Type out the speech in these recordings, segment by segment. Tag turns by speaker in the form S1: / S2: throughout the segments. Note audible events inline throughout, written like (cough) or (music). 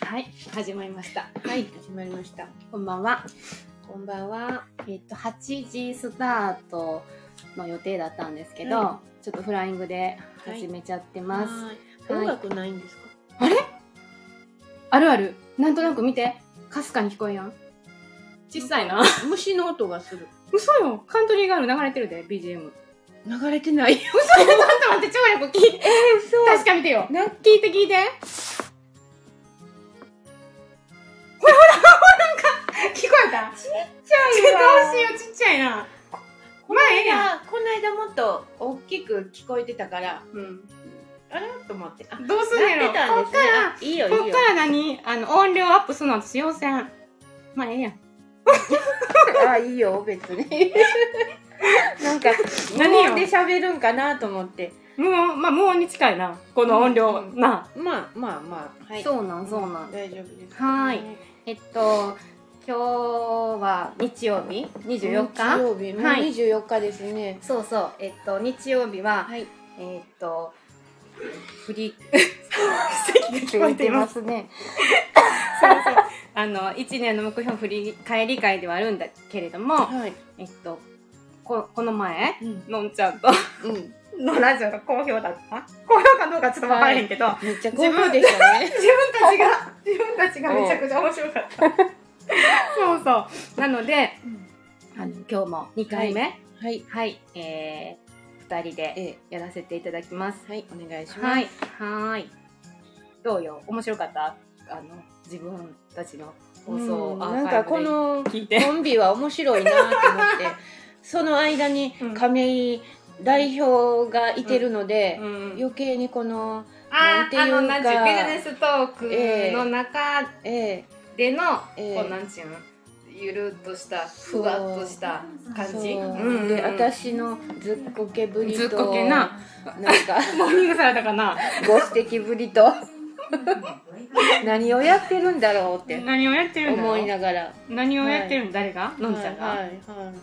S1: はい、始まりました。
S2: はい、始まりました。
S1: こんばんは。
S2: こんばんは。
S1: えっと8時スタートの予定だったんですけど、
S2: は
S1: ちょっとフライングで始めちゃってます。
S2: はーい
S1: はい
S2: 音楽ないんですか。
S1: あるある。なんとなく見て、かすかに聞こえやん。小さいな。
S2: 虫の音がする。
S1: 嘘よ。カントリーガール流れてるで BGM。
S2: 流れてない。 (laughs)
S1: 嘘よ。ちょっと待って超力聞いて。
S2: 嘘
S1: 確か見てよ。
S2: な
S1: 聞いて聞いて。ほらほらほらなんか聞こえた。ちっち
S2: ゃいわ
S1: どうしようちっちゃいな。
S2: この
S1: まあええや
S2: 間、この間もっと大きく聞こえてたから、
S1: うん。
S2: あれと思って。あ、
S1: どうすんねやろ
S2: なってたんですね。あいいよ、いい
S1: こっからこっ
S2: よ
S1: か。ら何あの音量アップするの私要請まあええやん
S2: あ、いいよ、別に。なんか、
S1: 何よ
S2: 何で喋るんかなと思って。
S1: 無音まあ無音に近いなこの音量、
S2: うんうん
S1: な
S2: まあ、まあ、まあ。は
S1: あ
S2: い。
S1: そうなんそうなん、
S2: 大丈夫です。
S1: はーい。えっと今日は日曜日24日
S2: 日曜日、もう
S1: はい
S2: 24日ですね。
S1: そうそうえっと日曜日は、
S2: はい。
S1: えっとフリ
S2: が
S1: ー
S2: 聞こえてま
S1: (laughs)
S2: す
S1: ねそうそうあの1年の目標振り返り会ではあるんだけれども
S2: はい。
S1: えっとここの前
S2: うん。
S1: のんちゃんと
S2: うん。
S1: のラジオが好評だった好評かどうかちょっと分からへんけど、
S2: めっちゃ豪華でしたね。
S1: 自分たちが自分たちがめちゃくちゃ面白かったそうそうなのであの今日も2回目はい、
S2: はい。
S1: えー、2人で
S2: え
S1: やらせていただきます
S2: ー、はい、お願いします。
S1: はいはーいどうよ面白かったあの自分たちの放送
S2: うん
S1: ア
S2: な
S1: ー
S2: ん
S1: カイ
S2: か
S1: ブ
S2: この
S1: で聞いて
S2: コンビは面白いなと
S1: (laughs)
S2: 思って、その間に
S1: うん
S2: 亀井代表がいてるので、
S1: うん
S2: 余計にこの、
S1: あ
S2: なんて
S1: ー
S2: い
S1: あ
S2: うか
S1: のなんちゅうビジネストークの中
S2: え
S1: での、
S2: ええ
S1: こうなんちゅうんゆるっとしたふわっとした
S2: ー、
S1: 感じ
S2: そう
S1: うんうん
S2: で私のずっこけぶりと
S1: ずっこけな
S2: なん
S1: (laughs)
S2: か
S1: モーニングサラダかな
S2: ご指摘ぶりと (laughs) 何をやってるんだろうって
S1: 何をやってるんだ
S2: 思い
S1: ろう
S2: ながら
S1: 何をやってるの誰がのんちゃん
S2: はい
S1: が
S2: はいはい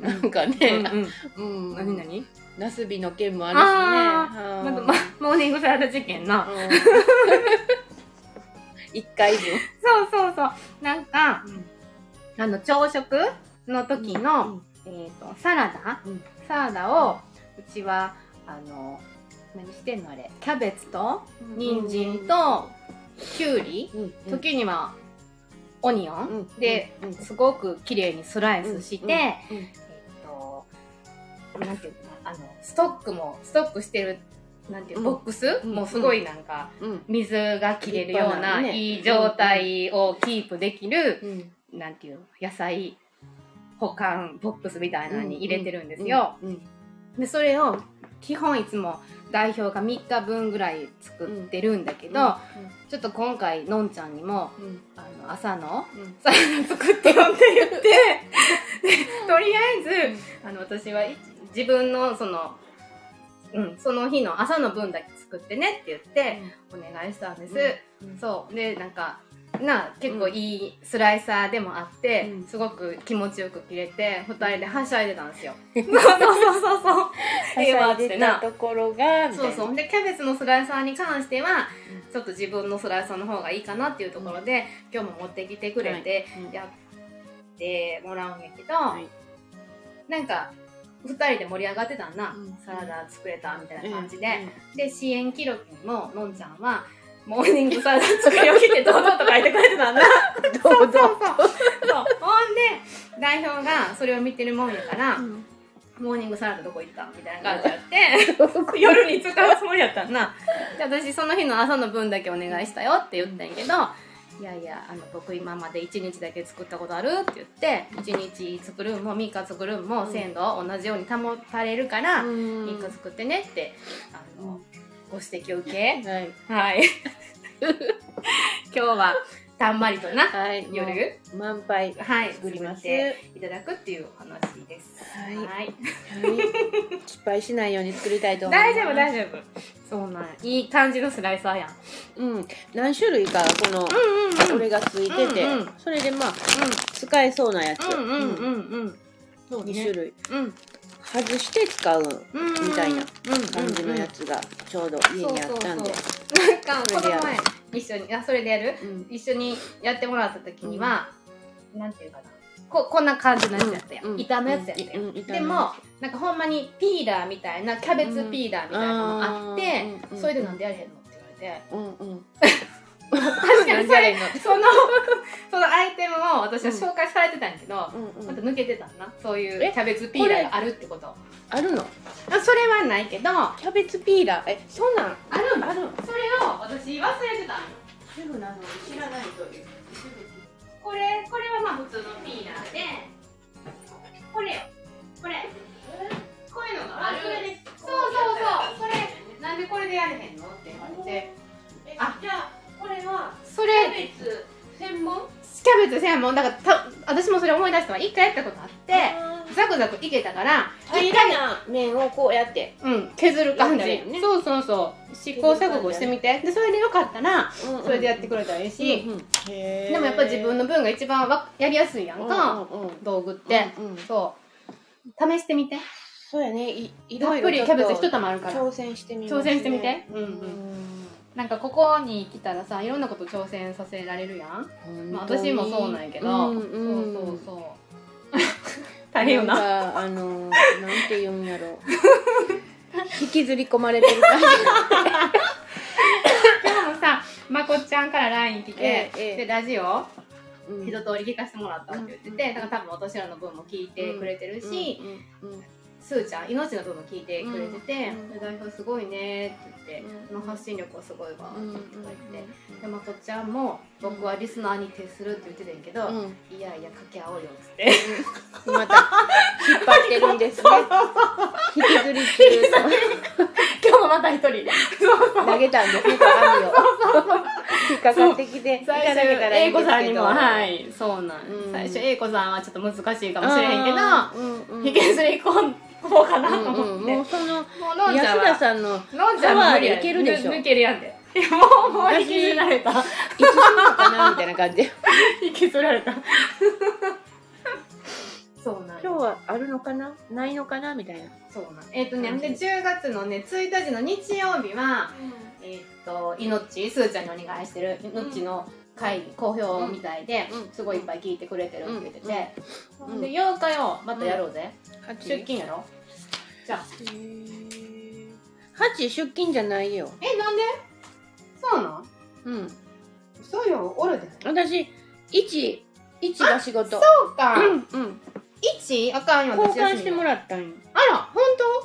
S2: なんかね、
S1: うんうん
S2: う
S1: 何
S2: ん、
S1: 何
S2: なすびの件もあるしね
S1: あ
S2: は
S1: ま
S2: い
S1: だまモーニングサラダ事件な (laughs)
S2: うん一回分
S1: そうそうそうなんかあの朝食の時のえーとサラダ
S2: うん
S1: サラダをうちはあの何してんのあれキャベツと人参ときゅうり
S2: うんうん
S1: 時にはオニオンで
S2: うんうん
S1: すごく綺麗にスライスして、
S2: うんうん
S1: えっとなんていうかなあのストックもストックしてるなんていう
S2: うん
S1: ボックス、
S2: うん
S1: もうすごいなんか
S2: うん
S1: 水が切れるよう
S2: 立
S1: な、
S2: 派なね
S1: いい状態をキープできる、
S2: うん
S1: なんていうの野菜保管ボックスみたいなのに入れてるんですよ。
S2: うん
S1: でそれを基本いつも代表が3日分ぐらい作ってるんだけど、ちょっと今回のんちゃんにも
S2: うんうん
S1: あの朝の
S2: うん
S1: サラダ作ってよって
S2: (laughs)
S1: 言ってでとりあえずあの私はい自分のその、うん、その日の朝の分だけ作ってねって言ってお願いしたんです、
S2: うん
S1: そうでなんかな結構いいスライサーでもあって、
S2: うん
S1: すごく気持ちよく切れて二人ではしゃいでたんです
S2: (laughs)
S1: よそうそうそうそう
S2: はしゃいでたところがみたい
S1: そ
S2: な
S1: うそうでキャベツのスライサーに関してはちょっと自分のスライサーの方がいいかなっていうところで、今日も持ってきてくれて
S2: うん
S1: やってもらうんやけど、
S2: い
S1: なんか2人で盛り上がってたんな、
S2: うん
S1: サラダ作れたみたいな感じで、
S2: うん
S1: で支援記録にものんちゃんは「モーニングサラダ作り置き」って堂々と書いてくれてたんだ
S2: 堂々と
S1: そうそうそうほんで代表がそれを見てるもんやから「
S2: うん
S1: モーニングサラダどこ行った?」みたいな感じやって。 (laughs) 夜に使うつもりやったんなで私その日の朝の分だけお願いしたよって言ったんやけど「いやいやあの僕今まで1日だけ作ったことある?」って言って1日作るんも3日作るんも
S2: うん
S1: 鮮度は同じように保たれるから
S2: うん
S1: 3日作ってねってあのご指摘を受け
S2: はい
S1: はい (laughs) 今日はたんまりとな
S2: はいも
S1: 夜
S2: う満杯
S1: はい
S2: 作ります
S1: 作って (laughs) いただくっていうお話です
S2: はい
S1: はい
S2: はい失敗しないように作りたいと思いま
S1: 大
S2: す
S1: 丈夫大丈夫そうなんやいい感じのスライサーやん
S2: うん何種類かこのこれがついてて
S1: うんうん
S2: それでまあ使えそうなやつ
S1: うんうんうんうんうんそう
S2: 2種
S1: ね
S2: 類
S1: うん
S2: 外して使う
S1: うん
S2: みたいな
S1: うんうんうん
S2: 感じのやつがちょうど家にあったんで
S1: そうそうそうなんかこの前一緒にあそれでやる
S2: うん
S1: 一緒にやってもらった時には、なんていうかなここんな感じのやつやったよ、
S2: うん
S1: 板のやつやったよ、
S2: うんうん板の
S1: でもなんかほんまにピーラーみたいなキャベツピーラーみたいなのがあって、
S2: うん
S1: それでなんでやれへんのって言われて
S2: うんうん
S1: 確かにそれ
S2: なんでやれ
S1: (laughs) そのそのアイテムを私は紹介されてたんやけど、
S2: うんう
S1: また
S2: ん
S1: 抜けてたんなそうい
S2: え
S1: うキャベツピーラーがあるってこと
S2: あるの
S1: あそれはないけどあ
S2: キャベツピーラーえそんなん
S1: るの
S2: ある
S1: それを私忘れてたの
S3: 主婦なのに知らないという
S1: これこれはまあ普通のピーラーでこれよこれこういうのがある
S3: それです
S1: そうそうそうこれなんでこれでやれへんのって言われて
S3: え
S1: あ
S3: じゃあこれは
S1: そ
S3: キ
S1: れ
S3: ャベツ専門
S1: キャベツ専門だからた私もそれ思い出したわ一回やったことあってザクザクいけたから
S2: 平らな面をこうやって
S1: うん、削る感じ、
S2: やったらいいよね
S1: そうそうそう試行錯誤してみてでそれでよかったらそれでやってくれたらいいし、
S2: うんうんへー
S1: でもやっぱ自分の分が一番わやりやすいやんか、
S2: うんうんうん
S1: 道具って、
S2: うんうん
S1: そう試してみて
S2: そうやねいい
S1: た
S2: ろ
S1: っ
S2: い
S1: ぷ
S2: ろ
S1: り
S2: ちょ
S1: キャ
S2: と
S1: ベツ一玉あるから
S2: 挑戦してみ
S1: 挑
S2: ますね
S1: 戦してみてうんうん
S2: ん
S1: なんかここに来たらさいろんなこと挑戦させられるやん、まあ、
S2: 本当に
S1: 私もそうなんやけど、
S2: うんうん、
S1: そうそうそう (laughs) 大変よな
S2: なんかあ
S1: (laughs)
S2: のーなんて言うんやろ引きずり込まれてる
S1: (laughs)
S2: 感じ
S1: 今日もさまこっちゃんから LINE 来て、
S2: ええええ
S1: でラジオ
S2: うん
S1: 一通り聞かせてもらったって言ってて、
S2: うん
S1: だから多分私らの分も聞いてくれてるし、
S2: うんうんうん
S1: すーちゃん命の部分聞いてくれてて
S2: うん
S1: 「で代表すごいね」って言って「
S2: うん
S1: その発信力はすごいわ」って
S2: うんうん
S1: 言われて。でまこっちゃんも僕はリスナーに徹するって言ってたんやけど、
S2: うん
S1: いやいや掛け合おうよっつって
S2: (laughs) うんまた引っ張ってるんですね引きずり
S1: 今日もまた一人
S2: 中投げたんですね鏡を引っかかってきていただけたら
S1: 英
S2: いいんで
S1: 子
S2: す
S1: さん
S2: け
S1: にも
S2: ど
S1: はいそうなん、
S2: うん
S1: 最初英子さんはちょっと難しいかもしれへんけど
S2: うんうん
S1: 引きずり込んこうかなと
S2: うん
S1: 思
S2: う
S1: っ
S2: ん
S1: て、
S2: もうその
S1: もうのんちゃん
S2: 安
S1: は
S2: 田さんのい
S1: のんちゃんは無理や
S2: パワーでいけるでしょ
S1: ぬ抜けるやんでいやもうもう引きずられた
S2: つするのかなみたいな
S1: (laughs)
S2: 感じ
S1: 引きずられたそうなんよ
S2: 今日はあるのかなないのかなみたいな
S1: そうなんえっ、と
S2: う
S1: ね
S2: ん
S1: で10月のね1日の日曜日はえっ、といのっちすーちゃんにお願いしてるいのっちの会議好評みたいで、
S2: うん
S1: すごいいっぱい聞いてくれてるって言ってて、
S2: うんうん
S1: で8日よまたやろうぜ、出勤やろ
S2: 八出勤じゃないよ
S1: えなんでそうなん
S2: うん
S1: そうよおるで
S2: 私一一が仕事
S1: そうか、
S2: うんうん
S1: 1あかんよ
S2: 交換しても
S1: ら
S2: らったんよ
S1: あら本当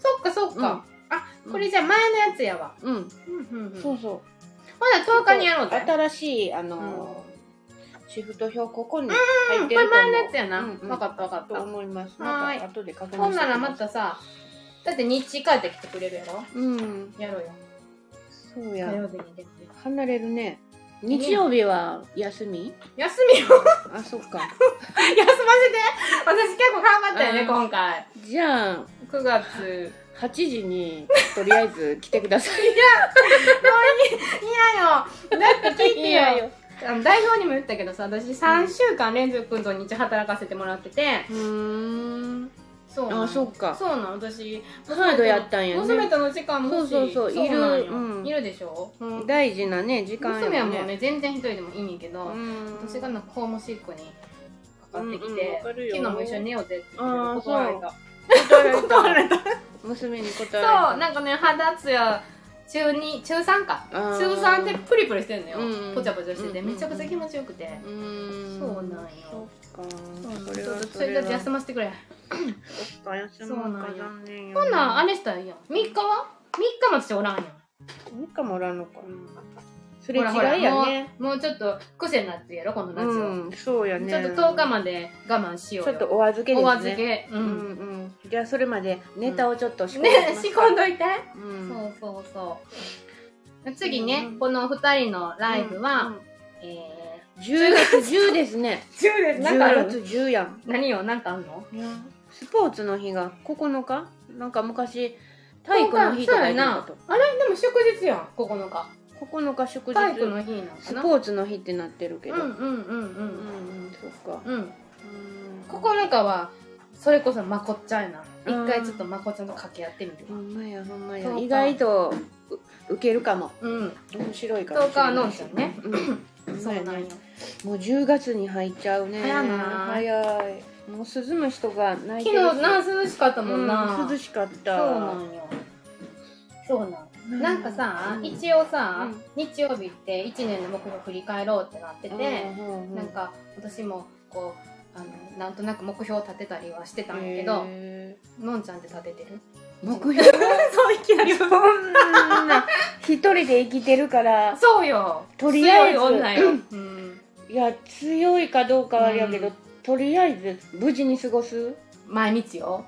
S1: そっかそっか、あこれじゃあ前のやつやわ、
S2: うん
S1: うんうん
S2: そうそう
S1: ほな10日にやろうぜ
S2: 新しいあのーシフト表ここに
S1: う
S2: 入
S1: ん
S2: っ
S1: こ
S2: て
S1: れ
S2: ると思
S1: 前
S2: う
S1: のやつやな、
S2: う
S1: わ
S2: んうん
S1: 分かった分かっ
S2: と
S1: た
S2: 思います
S1: は
S2: な
S1: ーい
S2: んか後で確認して
S1: ほんならまたさだって日帰ってきてくれるやろ
S2: うん
S1: やろうよ
S2: そう
S1: 火
S2: や
S1: 曜日に出て
S2: 離れるね日曜日は休み
S1: 休み (laughs) を
S2: (laughs) あそっか
S1: 休ませて私結構頑張ったよね
S2: うん
S1: 今回
S2: じゃあ
S1: 9月いやよ
S2: 8時にとりあえず来てください
S1: だって聞いてよ
S2: よ
S1: あの代表にも言ったけどさ私3週間連続土日働かせてもらってて
S2: (laughs) うーん
S1: そうなの
S2: あそっか
S1: そうなの私
S2: ハードやったんやね
S1: 娘との時間も欲しい
S2: そうそうそういる
S1: なんよ
S2: うん
S1: いるでしょ、うん
S2: 大事なね時間
S1: 娘は
S2: や
S1: も
S2: も
S1: うんね
S2: ね
S1: 全然一人でもいいねんけど、
S2: うん
S1: 私がなんかホームシックにかかってきて、
S2: うんうんわかるよ
S1: 昨日も一緒に寝ようぜって言っ
S2: あ
S1: て
S2: ー
S1: 断られた
S2: 断られた娘に
S1: そう
S2: 断られた
S1: なんかね肌ツヤ中二中3か
S2: あー
S1: 中3でプリプリしてんのよ、
S2: うん
S1: ポチャポチャしてて、
S2: うんうん
S1: めちゃくちゃ気持ちよくて、
S2: うーん
S1: そうなんよ
S2: そっかそ
S1: ち
S2: れ
S1: ょっ
S2: は
S1: と
S2: そ
S1: それ
S2: れ
S1: だけ
S2: は
S1: 休ませてくれ
S2: そっか休むのか残念よ
S1: ほんなんあれしたらいいやん3日は ?3 日も私おらんやん
S2: 三日もおらんのかそれ
S1: ほ
S2: 違
S1: らほら
S2: いやね
S1: もうもうちょっと癖になってるやろこのラジオ、
S2: うんそうやね
S1: ちょっと10日まで我慢しよう
S2: ちょ
S1: よ
S2: っとお預けですね
S1: お預けう、
S2: うんんうんじゃあそれまでネタをちょっと仕込ん
S1: ね
S2: で
S1: 仕込んどいて
S2: うん
S1: そうそうそう。次ね、
S2: うん
S1: この二人のライブは、
S2: うん
S1: え
S2: 10月10です (laughs) ね
S1: 10でなんかあ
S2: 10月
S1: る
S2: 10やん
S1: 何よ、なんかあるの
S2: スポーツの日が9日なんか昔体育の日とか言ってたと
S1: あれでも祝日やん、9日。
S2: 9日祝
S1: 体育の
S2: 日
S1: 日なのか
S2: ス
S1: な。
S2: ポーツの日ってなってるけど
S1: うんうんう
S2: うんんそっか
S1: うん。うん。
S2: うん
S1: 9日は、それこそまこっちゃんやな。
S2: うん
S1: 一回ちょっとまこっちゃんと掛け合ってみる
S2: ほんまやほんま
S1: そう
S2: や
S1: か
S2: 意外とう受けるかも
S1: うん
S2: 面白いかも
S1: 10
S2: し
S1: 日
S2: れな
S1: はいのんちゃんね、
S2: うん、
S1: そうなんよ
S2: もう10月に入っちゃうね
S1: 早いな
S2: 早いもう鈴虫とか泣
S1: 昨
S2: いてるし
S1: 日な涼しかったもんな、
S2: うん涼しかった
S1: そうなんよそうなんなんかさ、
S2: うん
S1: 一応さ、
S2: うん
S1: 日曜日って1年の目標振り返ろうってなってて、
S2: うんうん
S1: なんか私もこうあのなんとなく目標を立てたりはしてたんやけど、
S2: へ
S1: のんちゃんって立ててる
S2: ー目標
S1: (laughs) そういきなり
S2: (laughs) そん
S1: (laughs)
S2: な一人で生きてるから
S1: そうよ
S2: とりあえず
S1: 強い女
S2: (laughs)
S1: よ、うん、
S2: いや強いかどうかはあれやけど、
S1: うん
S2: とりあえず無事に過ごす
S1: 毎日よ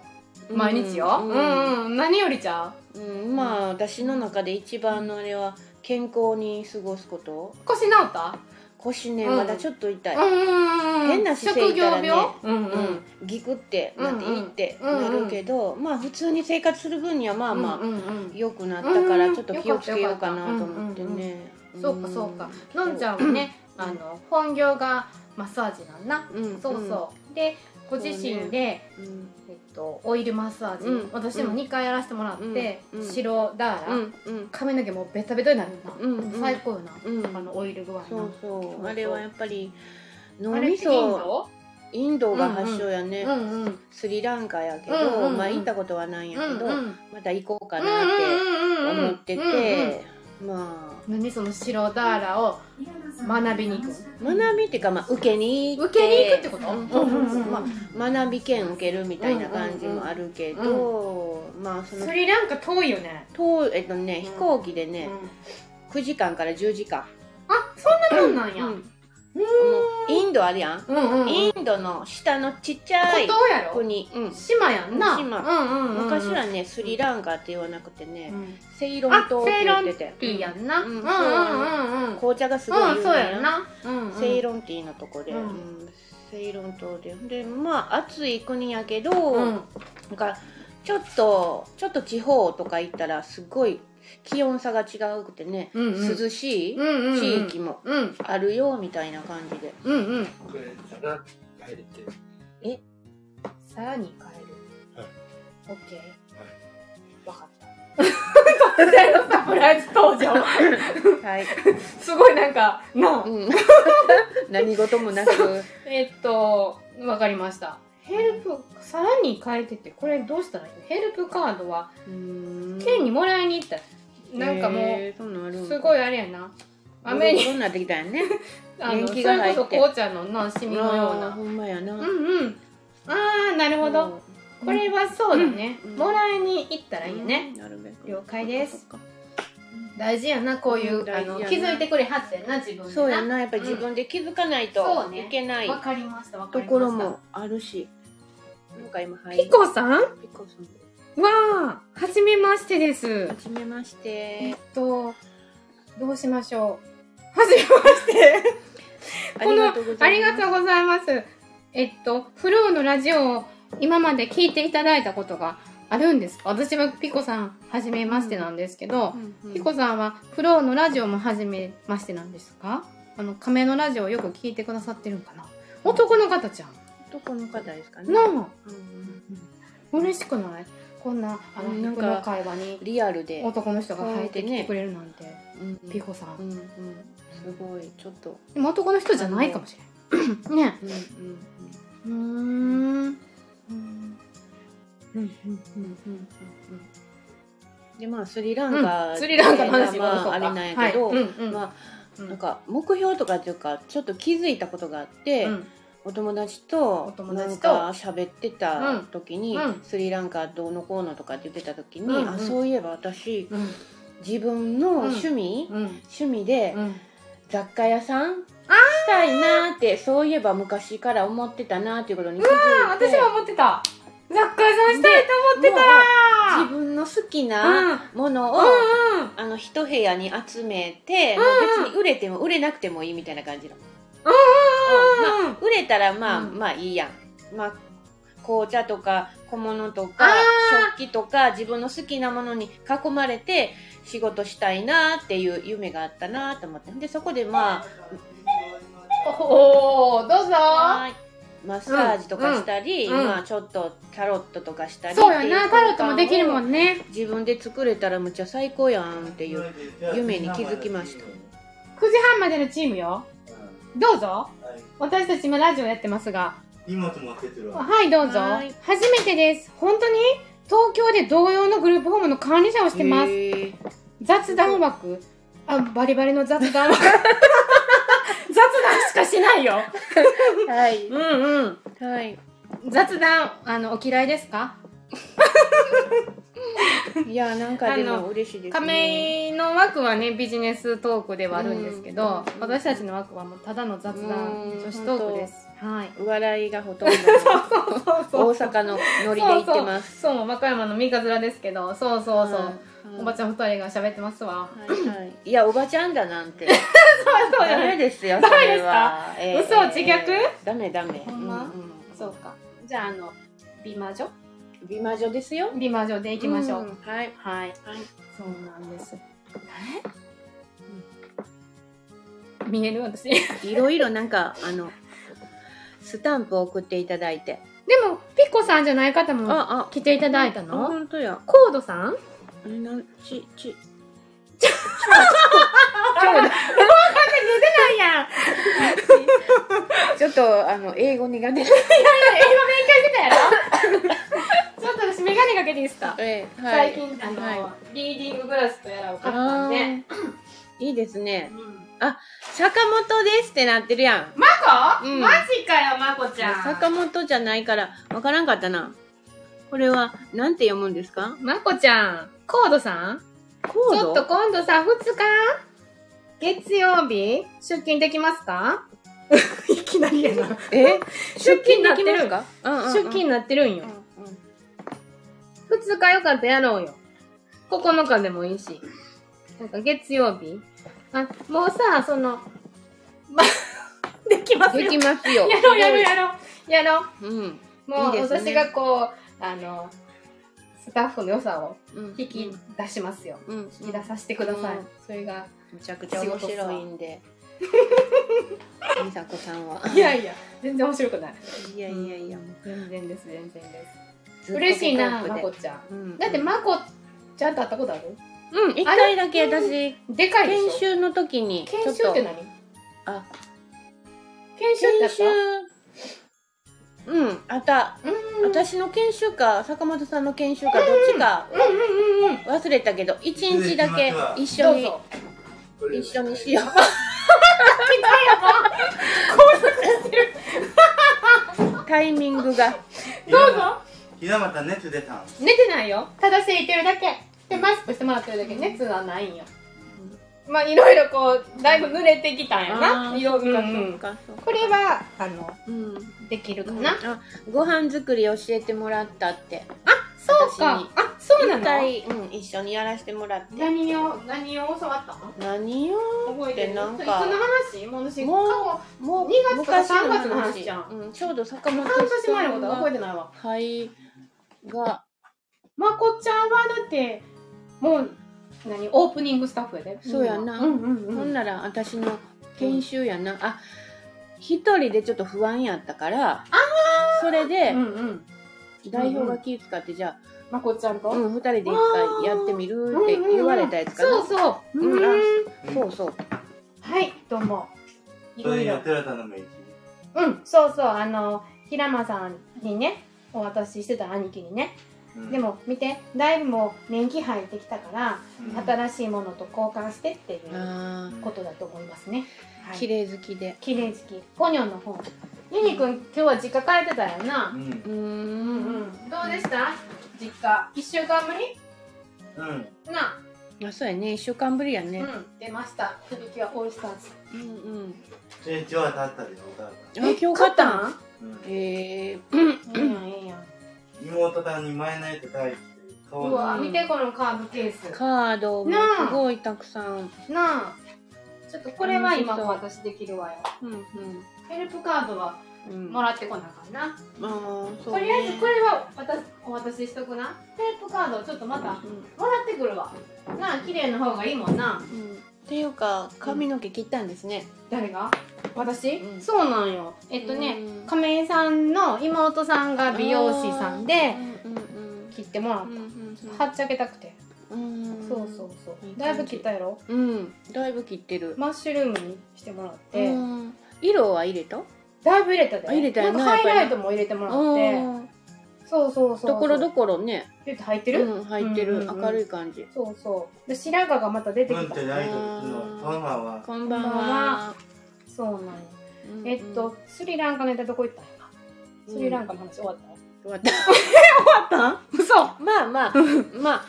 S1: 毎日よ、
S2: う
S1: うんん、
S2: う
S1: うんん何よりちゃう
S2: うんまあ私の中で一番のあれは健康に過ごすこと
S1: 腰治った
S2: 腰ね、
S1: うん
S2: まだちょっと痛い、
S1: うんうんうん
S2: 変な姿勢い
S1: 職業
S2: たら
S1: 病
S2: ね
S1: うん
S2: う
S1: うんん
S2: ギクってなって
S1: うんうん
S2: いいってなるけど、まあ普通に生活する分にはまあまあ、
S1: うんうん
S2: 良くなったから
S1: うん
S2: ちょっと気をつけようかなと思って
S1: よかった
S2: ね、
S1: うんそうかそうかのんちゃん
S2: も
S1: はねあの本業がマッサージなんだ
S2: うん
S1: そうそう、でご自身で、
S2: うん、うん
S1: えっと、オイルマッサージ、
S2: うん
S1: 私も2回やらせてもらって、
S2: うんうん
S1: 白ダーラ、
S2: うんうん
S1: 髪の毛もうベタベタになるな、
S2: うんうん
S1: 最高よな、
S2: うん
S1: あのオイル具合
S2: そ
S1: の
S2: うそう
S1: そう
S2: あれはやっぱり脳
S1: あれ
S2: み
S1: っていいん
S2: そインドが発祥やね、
S1: だうんうんうん
S2: スリランカやけど、
S1: うんうんうん
S2: まあ行ったことはないんや
S1: う
S2: け
S1: ん
S2: ど、
S1: うん
S2: また行こうかなって思って
S1: うんうん
S2: て、まあ
S1: うん何その白ダーラを学びに行く
S2: 学びっていうか、まあ、受けに行っ
S1: 受
S2: て
S1: けに行くってこと
S2: うん
S1: うんうんうん
S2: まあ、学び券受けるみたいな感じもあるけど、まあその
S1: スリランカ遠いよね、
S2: とえっとね、
S1: ん
S2: 飛行機で
S1: う
S2: ね
S1: ん、
S2: 9時間から10時間、
S1: あそんなもんなんや、
S2: う
S1: うんん、
S2: もうインドあるやん、
S1: うんうんうん
S2: インドの下のちっちゃい
S1: 孤島やろ
S2: 国、うん
S1: 島やんな
S2: 島
S1: うんうんうん、
S2: 昔はねスリランカって言わなくてね、
S1: うん
S2: セイロン島って言って
S1: ティ
S2: て
S1: ーやんな、
S2: う
S1: うんん、うんうんうん
S2: 紅茶がすごい有名
S1: うん、そうやんな、うんうん、
S2: セイロンティーのとこで、
S1: うん
S2: うんセイロン島ででまあ暑い国やけど、
S1: うん
S2: なんかちょっとちょっと地方とか行ったらすごい気温差が違うくてね、
S1: うんうん
S2: 涼しい
S1: うんうんうん
S2: 地域も
S1: うん
S2: あるよみたいな感じ
S1: (laughs)
S2: で、
S1: うんうん
S4: これだな入れて
S1: さらに変える
S4: はい
S1: オッケーわかった (laughs) 突然のサプライズ登場
S2: はい、
S1: すごいなんかなあ (laughs)
S2: うん、何事もなく
S1: えっとわかりましたヘルプさらに変えてってこれどうしたらいいのヘルプカードは県にもらいに行ったなんかもうすご
S2: い
S1: いあれやな雨に
S2: そうなってきたよね
S1: あの
S2: 元
S1: そ
S2: 気
S1: れ
S2: が入って
S1: こそ紅茶のなシミのよう
S2: あー
S1: な
S2: ほんまやな、
S1: うんうんああなるほど、これはそうだね、
S2: うん
S1: もらいに行ったらいいよね、
S2: うんなるべく
S1: 了解です大事やなこういう、
S2: うん
S1: あ
S2: 大事や
S1: の
S2: な
S1: 気づいてくれはってな自分でな
S2: そうやなやっぱり自分で気づかない
S1: う
S2: と
S1: んそうね
S2: いけない
S1: わかりましたわか
S2: と
S1: りました
S2: ころもあるしなんか今入
S1: ピコさんわ
S2: ピコさん
S1: あはじめましてです
S2: はじめまし
S1: えってとどうしましょうはじめまして (laughs) このありがとうございますえっとフローのラジオを今まで聞いていただいたことがあるんですか私はピコさんはじめましてなんですけど、
S2: うん
S1: ピコさんはフローのラジオも初めましてなんですかあの亀のラジオをよく聞いてくださってるんかな男の方ちゃん
S2: どこの方ですかね
S1: な
S2: うんうん
S1: あ嬉しくないこんなあの
S2: うんなん
S1: 服
S2: か
S1: の会話に
S2: リアルで
S1: 男の人が入ってき
S2: そうやってね
S1: てくれるなんて、
S2: うん
S1: ピコさん、
S2: うんうんすごいちょっと
S1: でも男の人じゃないかもしれないね
S2: うんうん
S1: うーん
S2: うんうんうんでまあスリランカ
S1: スリランカの話
S2: ま
S1: 戻
S2: あ
S1: そうか
S2: あれなんやけど
S1: はいうんうん
S2: ま
S1: う
S2: あ
S1: ん
S2: なんか目標とかっていうかちょっと気づいたことがあっ
S1: う
S2: て
S1: ん
S2: お友達
S1: お
S2: と
S1: 友
S2: なん
S1: 達と
S2: か喋ってた時に
S1: うんうん
S2: スリランカどうのこうのとかって言ってた時に
S1: うんうん
S2: あそういえば私
S1: うん
S2: 自分の趣味
S1: うん
S2: 趣味で
S1: うん
S2: 雑貨屋さんしたいなーってそういえば昔から思ってたなーっていうことに気づいて
S1: あ私も思ってた雑貨屋さんしたいと思ってた
S2: 自分の好き
S1: うん
S2: なもの
S1: う
S2: を、
S1: んうん
S2: あの一部屋に集めて、もう別に売れても売れなくてもいいみたいな感じの、
S1: うんうん
S2: 売れたらまあ、
S1: うん
S2: まあいいやんまあ紅茶とか小物とか食器とか自分の好きなものに囲まれて仕事したいなっていう夢があったなと思ってでそこでまあ
S1: おおどうぞ
S2: はーいマッサージとかしたり、
S1: うんうん
S2: 今ちょっとキャロットとかしたり
S1: そうよな、タロットもできるも
S2: ん
S1: んね。
S2: 自分で作れたらむっちゃ最高やんっていう夢に気づきました
S1: 9時半までのチームよ。どうぞ。私たち今ラジオやってますが。
S4: 今と待っててるわ。
S1: はい、どうぞ
S2: はい。
S1: 初めてです。本当に東京で同様のグループホームの管理者をしてます。
S2: へー
S1: 雑談枠あバリバリの雑談枠 (laughs) 雑談しかしないよ
S2: はい
S1: うんうん
S2: はい
S1: 雑談あのお嫌いですか
S2: いやなんかで
S1: あ
S2: も
S1: の
S2: 嬉しいですね
S1: 亀井の枠はねビジネストークではあるんですけど、
S2: うん
S1: 私たちの枠はもうただの雑談
S2: うん
S1: 女子トークですはい
S2: 笑いがほとん
S1: (laughs)
S2: ど
S1: そ
S2: 大
S1: う
S2: 阪のノリで行ってます
S1: そうそう和歌山の三日面ですけどそうそうそう、
S2: はい
S1: おばちゃん二人が喋ってますわ、
S2: はいはいいやおばちゃんだなんて
S1: そう
S2: ダ
S1: だ
S2: メ
S1: ね
S2: ですよ
S1: ダ
S2: そ
S1: メで
S2: れ
S1: す
S2: は
S1: か、
S2: え
S1: 嘘自虐
S2: ダメダメ
S1: ほんま
S2: うんうん
S1: そうかじゃああの美魔女
S2: 美魔女ですよ
S1: 美魔女でいきましょう、
S2: んはい
S1: はい、そうなんです。え見える私。 (laughs) で
S2: いろいろなんかあのスタンプを送っていただいて
S1: も、ピコさんじゃない方も
S2: あ
S1: 来ていただいた
S2: あ
S1: の
S2: 本当や
S1: コードさん
S2: えなんちち
S1: (laughs) ない (laughs) やん
S2: ちょっとあの英語苦手
S1: (laughs) ちょっと私、メガネかけていいですか、
S2: ええ
S1: 最近、あの、
S2: は
S1: リーディンググラスとやらを買ったん
S2: あ
S1: で。
S2: ーいいですね
S1: うん
S2: 坂本ですってなってるやん
S1: マコ、
S2: うん
S1: マジかよ、マコちゃん。
S2: 坂本じゃないからわからんかったなこれはなんて読むんですか
S1: マコちゃん、コードさん
S2: コ
S1: ち
S2: ー
S1: ょ
S2: ド
S1: っと今度さ、2日月曜日、出勤できますか (laughs) いきなりやな。
S2: え
S1: 出勤できま
S2: ますす
S1: か
S2: か、うんうんうん
S1: 出勤になってるんよ。
S2: うんうん
S1: 2日よかったやろうよ。9日でもいいし。なんか月曜日あ、もうさ、その、ま、 (laughs) できます
S2: で
S1: よ。
S2: きますよ
S1: やろうやろうやろう。やろ
S2: うん
S1: う。もう
S2: いいですね
S1: 私がこう、あの、スタッフの良さを
S2: うん
S1: 引き出しますよ。
S2: うん
S1: 引き出させてください。
S2: うん
S1: それが。
S2: めちゃくちゃ面白いんで美佐子さんは
S1: (laughs)
S2: い
S1: やいや、全然面白くない。
S2: (laughs) いやいやいやも
S1: 全然です、全然です。
S2: う
S1: 嬉しいな、
S2: ずっと
S1: ま
S2: ポ
S1: こ
S2: ップで
S1: ちゃん。
S2: うん
S1: だってまこちゃんと会ったことある
S2: うん一回だけ
S1: あれ
S2: 私
S1: でかいでしょ
S2: 研。修の時にちょ
S1: 研
S2: っ
S1: 修っ
S2: と
S1: て何
S2: あ
S1: 研修ってあった
S2: 研修うんあった
S1: うん
S2: 私の研修か坂本さんの研修かどっちか
S1: うんうんうんうん
S2: 忘れたけど一日だけ一緒
S1: どう
S2: に
S1: ぞ
S2: 一緒にしよ
S1: (laughs)
S2: うタイミン
S1: (laughs)
S2: グが
S4: う。
S1: どうぞ
S4: ひなまた熱出たん。
S1: 寝てないよただ空いてるだけでマスクしてもらってるだけ熱はないんよまあいろいろこうだいぶ濡れてきたんやな色々
S2: そうかそうか
S1: これはあの
S2: うん
S1: できるか
S2: うん
S1: な、
S2: あご飯作り教えてもらったって
S1: そう
S2: 私
S1: か
S2: に
S1: あそうな
S2: 一
S1: の
S2: 回、うん、一緒にやらせてもらって
S1: 何を何を教わったの
S2: 何よ
S1: 覚えてる
S2: でなんか
S1: いつの話もう私
S2: もう
S1: 過
S2: もう
S1: 二月とか三月の話じゃん
S2: うん、ちょうど坂本
S1: 去
S2: さん
S1: 半年前のことは覚えてないわ
S2: 肺が
S1: まこちゃんはだってもう何オープニングスタッフやで
S2: そうやな
S1: うんうんうん
S2: ほんなら私の研修やな、あ一人でちょっと不安やったからそれで
S1: うんうん
S2: 代表が気使ってじゃ
S1: まこちゃんと、
S2: あ、うん、二人で一回やってみるって言われたやつかな、
S1: うんうんうんそうそう、
S2: うん
S1: うん
S4: うん
S2: そうそう
S1: はいどうもい
S4: そ
S1: ろ
S4: れ
S1: い
S4: に
S1: ろ
S4: お寺田の名義。
S1: うんそうそうあの平間さんにねお渡ししてた兄貴にね、
S4: うん
S1: で、も見てだいぶもう年季入ってきたから、
S4: うん
S1: 新しいものと交換してっていう
S2: あー
S1: ことだと思いますね、は
S2: 綺
S1: い
S2: 麗好きで
S1: 綺麗好きポニョの方ニニ君今日は実家帰ってたよな
S4: う、ん
S2: う。ー
S1: うんんうん、どうでした実家一週間ぶり
S4: うん。
S1: な、
S2: あそうやね一週間ぶりやね
S1: う、ん出ました響きはオイスターズ
S2: うん、うん
S4: 成長は立ったでしょ、お
S2: あ
S4: 母さ
S2: 今日勝ったん
S1: ん
S4: ん。うん
S2: へえ
S1: いいやんいいやん
S4: 妹さんに前のやつ大して、顔
S1: うわ見てこのカーブケース
S2: カードも
S1: なあ
S2: すごいたくさん、
S1: なあちょっとこれは今
S2: うん
S1: 私できるわよ
S2: うん
S1: ヘルプカードは
S2: うんうん、
S1: も
S2: ら
S1: らってこなあかんな、
S2: あーそう
S1: と
S2: ね
S1: りあえずこれは私お渡ししとくなヘルプカードをちょっとまた
S2: う
S1: もらってくるわなあ綺麗な方がいいもんなん
S2: うん、っていうか髪の毛切ったんですね、
S1: 誰が私、
S2: うん
S1: そうなんよえっとね、
S2: うん
S1: 亀井さんの妹さんが美容師さんで
S2: うんうん
S1: 切ってもらった、
S2: うんうんうん
S1: はっちゃけたくて、
S2: うん
S1: そうそうそう
S2: いい感じ
S1: だいぶ切ったやろ
S2: うんだいぶ切ってる
S1: マッシュルームにしてもらって、
S2: うん色は入れた
S1: だいぶ入れたで
S2: あ入れた
S1: な
S2: よ
S1: ん
S2: な
S1: かハイライトも入れてもらって
S2: うん
S1: そうそうそうそう
S2: ところどころね
S1: ピュッと入ってる、
S2: うん入って
S1: うん
S2: る
S1: うんうん
S2: 明るい感じ
S1: そうそうで白髪がまた出て
S4: な
S1: き
S4: ん
S1: た
S4: てライトのパンはは
S2: こんばん
S1: こんばん
S2: は
S1: そうなんよ
S2: うんうん
S1: えっとスリランカの間どこ行ったんや
S2: うん
S1: スリランカの話 (laughs) 終わった、
S2: 終わった
S1: 終わったん嘘
S2: まあまあまあ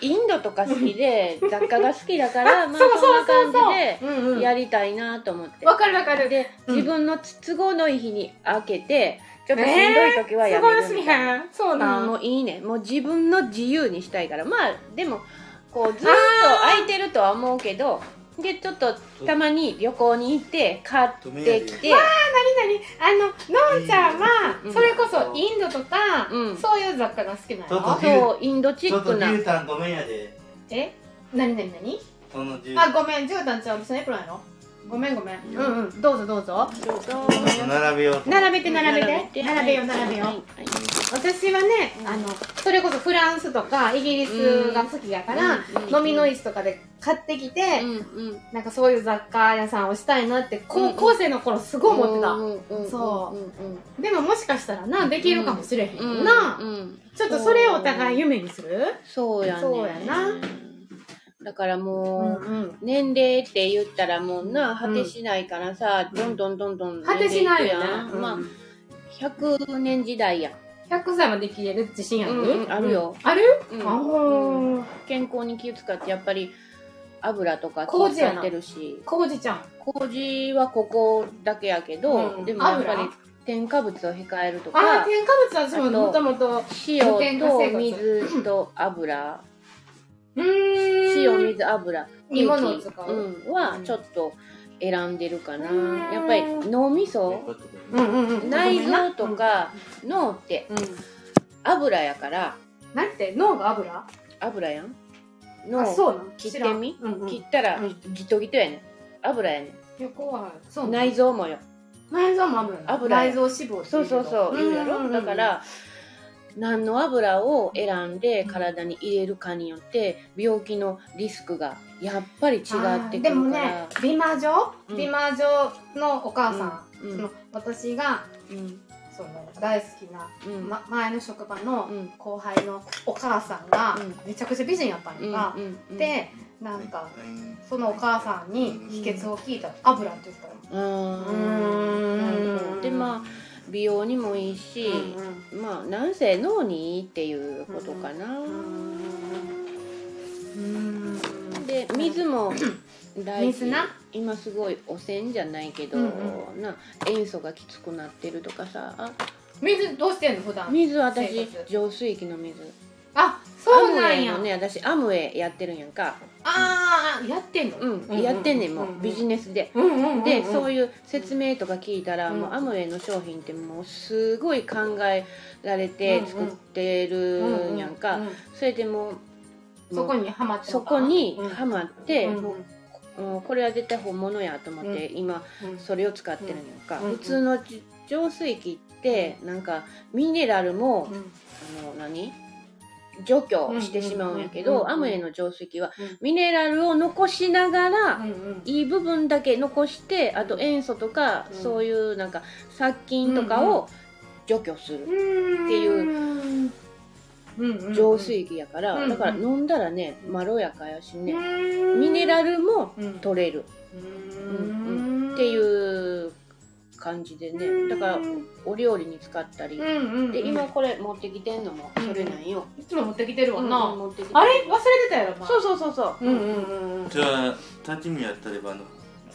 S2: インドとか好きで雑貨が好きだからま
S1: (laughs)
S2: あ
S1: そう
S2: そん
S1: そう
S2: な
S1: そうそう
S2: 感
S1: うん
S2: じ
S1: うん
S2: でやりたいなと思って
S1: わかるわかる
S2: で
S1: うん
S2: 自分の都合のいい日に開けてちょっとしんどい時は
S1: す
S2: や
S1: ご
S2: め
S1: い
S2: る
S1: すぎ
S2: みたいな
S1: へんそうなん、
S2: もういいねもう自分の自由にしたいからまあでもこうずっと空いてるとは思うけどでちょっとたまに旅行に行って買ってきて
S1: あののんちゃんは
S2: うん
S1: それこそインドとか、
S2: うん
S1: そういう雑貨が好きな
S4: ちょっ
S1: の
S4: と
S2: そうインドチ
S4: ちょ
S2: ッ
S4: っと
S2: ク
S4: リ
S2: な
S4: ュウさんごめんやで
S1: え何何何
S4: その10
S1: あごめん絨毯ちゃう私のエプロンやろごめんごめん
S4: いい
S1: うん
S4: よ
S1: うんどうぞどうぞ
S4: 並べようと思って
S1: 並べて並べて並べよう並べよう、私はね、
S2: うん
S1: あのそれこそフランスとかイギリスが好きやから、飲みの
S2: い
S1: 市とかで買ってきて、
S2: うんうん
S1: なんかそういう雑貨屋さんをしたいなって
S2: うん
S1: 高
S2: うん
S1: 校生の頃すごい思ってた、
S2: た
S1: そうでももしかしたらなできるかもしれへんよ
S2: んうん
S1: な、
S2: うん
S1: ちょっとそれをお互い夢にする
S2: そうやね
S1: そうやな
S2: だから
S1: う
S2: もう
S1: うん
S2: 年齢って言ったらもうな
S1: うん
S2: 果てしないからさ、どんどんどんどん
S1: 果てしないよね
S2: 年齢いくやん
S1: うん
S2: まあ100年時代やん、
S1: 100歳まで生きれる自信ある、
S2: うんうんあるよ
S1: ある、
S2: うん
S1: あ
S2: うん
S1: ほー
S2: 健康に気を使ってやっぱり油とか気
S1: 麹や
S2: 使
S1: な
S2: ってるし
S1: こうじちゃん
S2: 麹はここだけやけど、
S1: うん
S2: でもやっぱり
S1: 油
S2: 添加物を控えると
S1: あー
S2: か
S1: 添加物は私ももともと無
S2: 塩
S1: 添加生
S2: と
S1: 活
S2: 水と油
S1: うーん
S2: 塩水油
S1: いいものを使う
S2: うん、はちょっと選んでるかな、
S1: うん
S2: やっぱり脳みそ
S1: うんうんうん
S2: 内臓とか脳って
S1: うん
S2: 油やから
S1: なんて脳が油
S2: 油やん
S1: あ
S2: 脳
S1: そうなん
S2: 切って
S1: 知らん
S2: み
S1: うんうん
S2: 切ったら
S1: うん
S2: ギトギトやねん油やね
S1: 横はそうんなん
S2: 内臓もよ
S1: 内臓も油なの
S2: 油
S1: 内臓脂肪って
S2: そうそうそう言うやろ
S1: んんん
S2: だから何の油を選んで体に入れるかによって病気のリスクがやっぱり違ってくる
S1: あ
S2: か
S1: ーでもね
S2: ら
S1: 美魔女
S2: うん
S1: 美魔女のお母さん、
S2: うんうん
S1: その私が
S2: うん
S1: その大好きな、
S2: うん
S1: ま、前の職場の
S2: うん
S1: 後輩のお母さんが
S2: うん
S1: めちゃくちゃ美人やったん
S2: うん
S1: やが、
S2: うんうん
S1: でなんかそのお母さんに秘訣を聞いたら油って言ってたよ、
S2: うー
S1: うーん
S2: んなるほどでまあ美容にもいいし、まあなんせ脳にいいっていうことかな、
S1: うんうん
S2: で水も大事
S1: 水な
S2: 今すごい汚染じゃないけど、
S1: うん
S2: な塩素がきつくなってるとかさあ
S1: 水どうしてんの普段
S2: 水私
S1: 生活
S2: 浄水器の水
S1: あそうなん
S2: ア
S1: や、
S2: ムウェイのね私アムウェイやってるんやんか
S1: ああやってんの、
S2: うん、
S1: うん
S2: やってんねんもう、
S1: うん
S2: ビジネスで。
S1: うんうんうんうん
S2: で、そういう説明とか聞いたら、
S1: うん
S2: もうアムウェイの商品ってもうすごい考えられて作ってるんやんか、
S1: うう
S2: それでもう
S1: そこにはまって
S2: そこにハ
S1: っ
S2: マって、
S1: うん
S2: もうもうこれは絶対本物やと思って、今
S1: うん
S2: それを使ってるんやんか、
S1: うん
S2: 普通のじ浄水器ってなんかミネラルも、
S1: うん
S2: あの何除去してしまうんやけど、
S1: うんうんうんうん
S2: アムウェイの浄水器は
S1: うん
S2: ミネラルを残しながら、
S1: うんうん
S2: いい部分だけ残してあと塩素とか、
S1: うん
S2: そういうなんか殺菌とかを除去する、
S1: っていう
S2: 浄水器やから、
S1: うんうん
S2: だから飲んだらねまろやかやしね、ミ
S1: ミ
S2: ネラルも
S1: ル
S2: 取れ
S1: っ
S2: るっていうう感じでねだからお料理に使ったり、で
S1: で
S2: 今これ持ってきてんのも
S1: うん
S2: それなんよ、
S1: いつも持ってきてるわ
S2: うん
S1: な
S2: 持ってきて
S1: あれ忘れてたやろ前
S2: そうそうそうそう
S1: うんうんうんうん
S4: じゃあ立ち見やったればの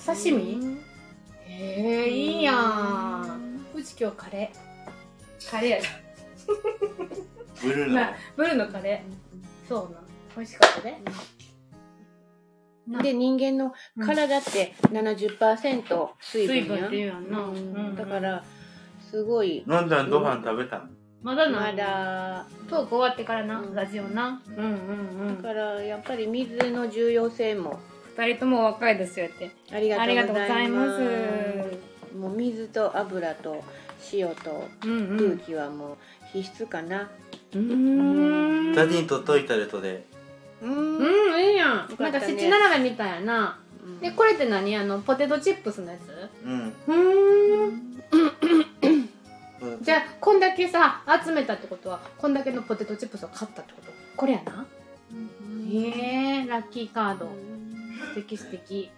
S1: 刺身へえいいやんうち今日カレーカレー (laughs) やな
S4: ブルーの
S1: なブルのカレーそうなん美味しかったね
S2: で人間の体って70%水
S1: 水
S2: 分
S1: 分
S2: や
S1: っ
S2: ん
S1: ていうやんなうん
S2: だからすごい
S4: のんちゃんご飯食べたの
S1: まだな
S2: ま
S1: い
S2: だ
S1: トーク終わってからな
S2: うん
S1: ラジオなうんうんう
S2: だからやっぱり水の重要性も
S1: 二人とも若いですよって
S2: ありが
S1: ありがとう
S2: と
S1: ご
S2: うご
S1: ざ
S2: ざ
S1: い
S2: い
S1: ま
S2: ます
S1: す
S2: もう水と油と塩と
S1: うんう
S2: 空
S1: ん
S2: 気はもう必須かな、
S1: うーん
S4: タジンとトイタレとで
S2: うん
S1: うんいいやん、
S2: よか
S1: な
S2: ったね
S1: んか七並べみたいやなでこれって何あのポテトチップスのやつ
S4: うん
S1: うーんじ
S4: ゃ
S1: ゃあこんだけさ集めたってことはこんだけのポテトチップスを買ったってことこれやなへえラッキーカード素敵素敵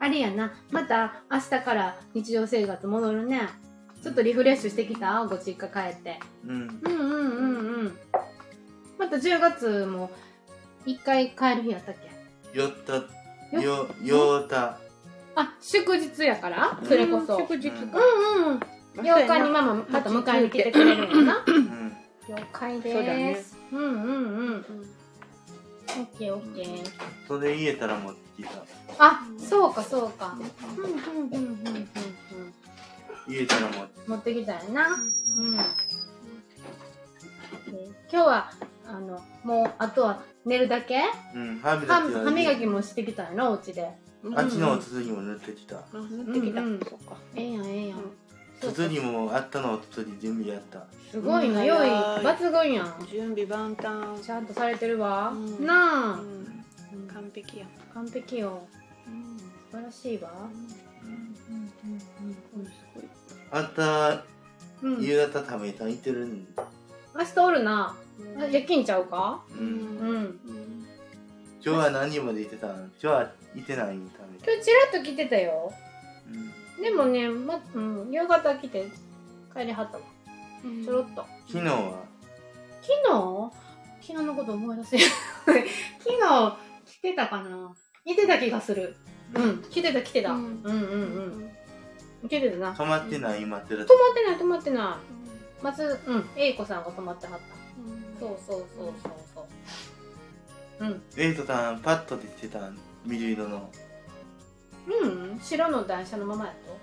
S1: あれやなまた明日から日常生活戻るねちょっとリフレッシュしてきたご実家帰って
S4: うん
S1: うんうんうんうんまた10月も一回帰る日やったっけ
S4: よったよようた
S1: あ祝日やからそれこそ、
S2: 祝日か、
S1: うんうん
S2: まあ
S1: 8日にママまた迎えに来てくれるんやな
S4: うん
S1: 了解
S2: そうだね
S1: すうんうんうんオッケーオッケー
S4: それ言えたら持ってきた
S1: あそうかそうかうんうんうんうんうんうん
S4: 言えたら持って
S1: 持ってきたよなうんで今日はあのもうあとは寝るだけ
S4: うん歯磨き
S1: 歯
S4: は
S1: 歯磨きもしてきたよなお家で
S4: あっちのお筒にも塗ってきた
S2: うんうん、塗ってきた、
S1: うんうん
S2: そっか
S1: ええやんええやんそうそう
S4: 筒にもあったのを筒に準備やった
S1: すごいな良い抜群やん
S2: 準備万端
S1: ちゃんとされてるわ
S2: うんう
S1: なあ
S2: ん完璧や、
S1: 完璧よ素晴らしいわ
S4: うん
S1: うん
S2: うんすごい
S4: あんた
S1: うんうん
S4: 夕方食べたいてるん
S1: 明日おるなあ夜
S2: や
S1: 勤ちゃうか
S4: う
S2: うん
S1: うんん
S4: 今日は何時まで行ってたの今日はいてないん食べて
S1: 今日ちらっと来てたよ
S4: うん
S1: でもね、まうん、夕方来て帰りはったわちょろっと
S4: 昨日は
S1: 昨日昨日のこと思い出せ (laughs) 昨日来てたかな来てた気がするうん来てた来てた、
S2: う
S1: うんん、うんうん来てたな止
S4: 泊まってない今ってだと
S1: まってない止まってないまずうん英子さんが止まってはったそうそうそうそうそう
S4: エイトさんパッとできてたん緑色の
S1: うん白の台車のままやと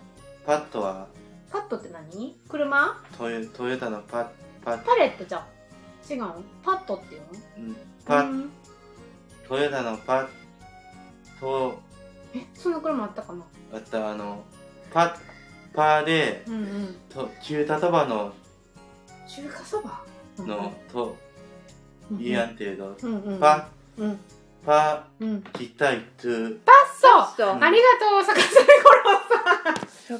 S4: パッとは
S1: パッドって何車
S4: トヨトヨタのパッパッ、
S1: パレットじゃん違うんパッドっていうの
S4: うん、パッ
S1: うん
S4: トヨタのパッと
S1: えそんな車あったかな
S4: あったあのパッパーで
S1: うんうん
S4: と中タタバの
S1: 中華そば
S4: のと
S1: うんうん
S4: イアンテード
S1: うんうん
S4: パ
S1: うん
S4: ッパ
S1: うん
S4: ッキタイトゥ
S1: パッソ
S2: そうそう
S4: うん
S1: ありがとう坂添五郎さん当た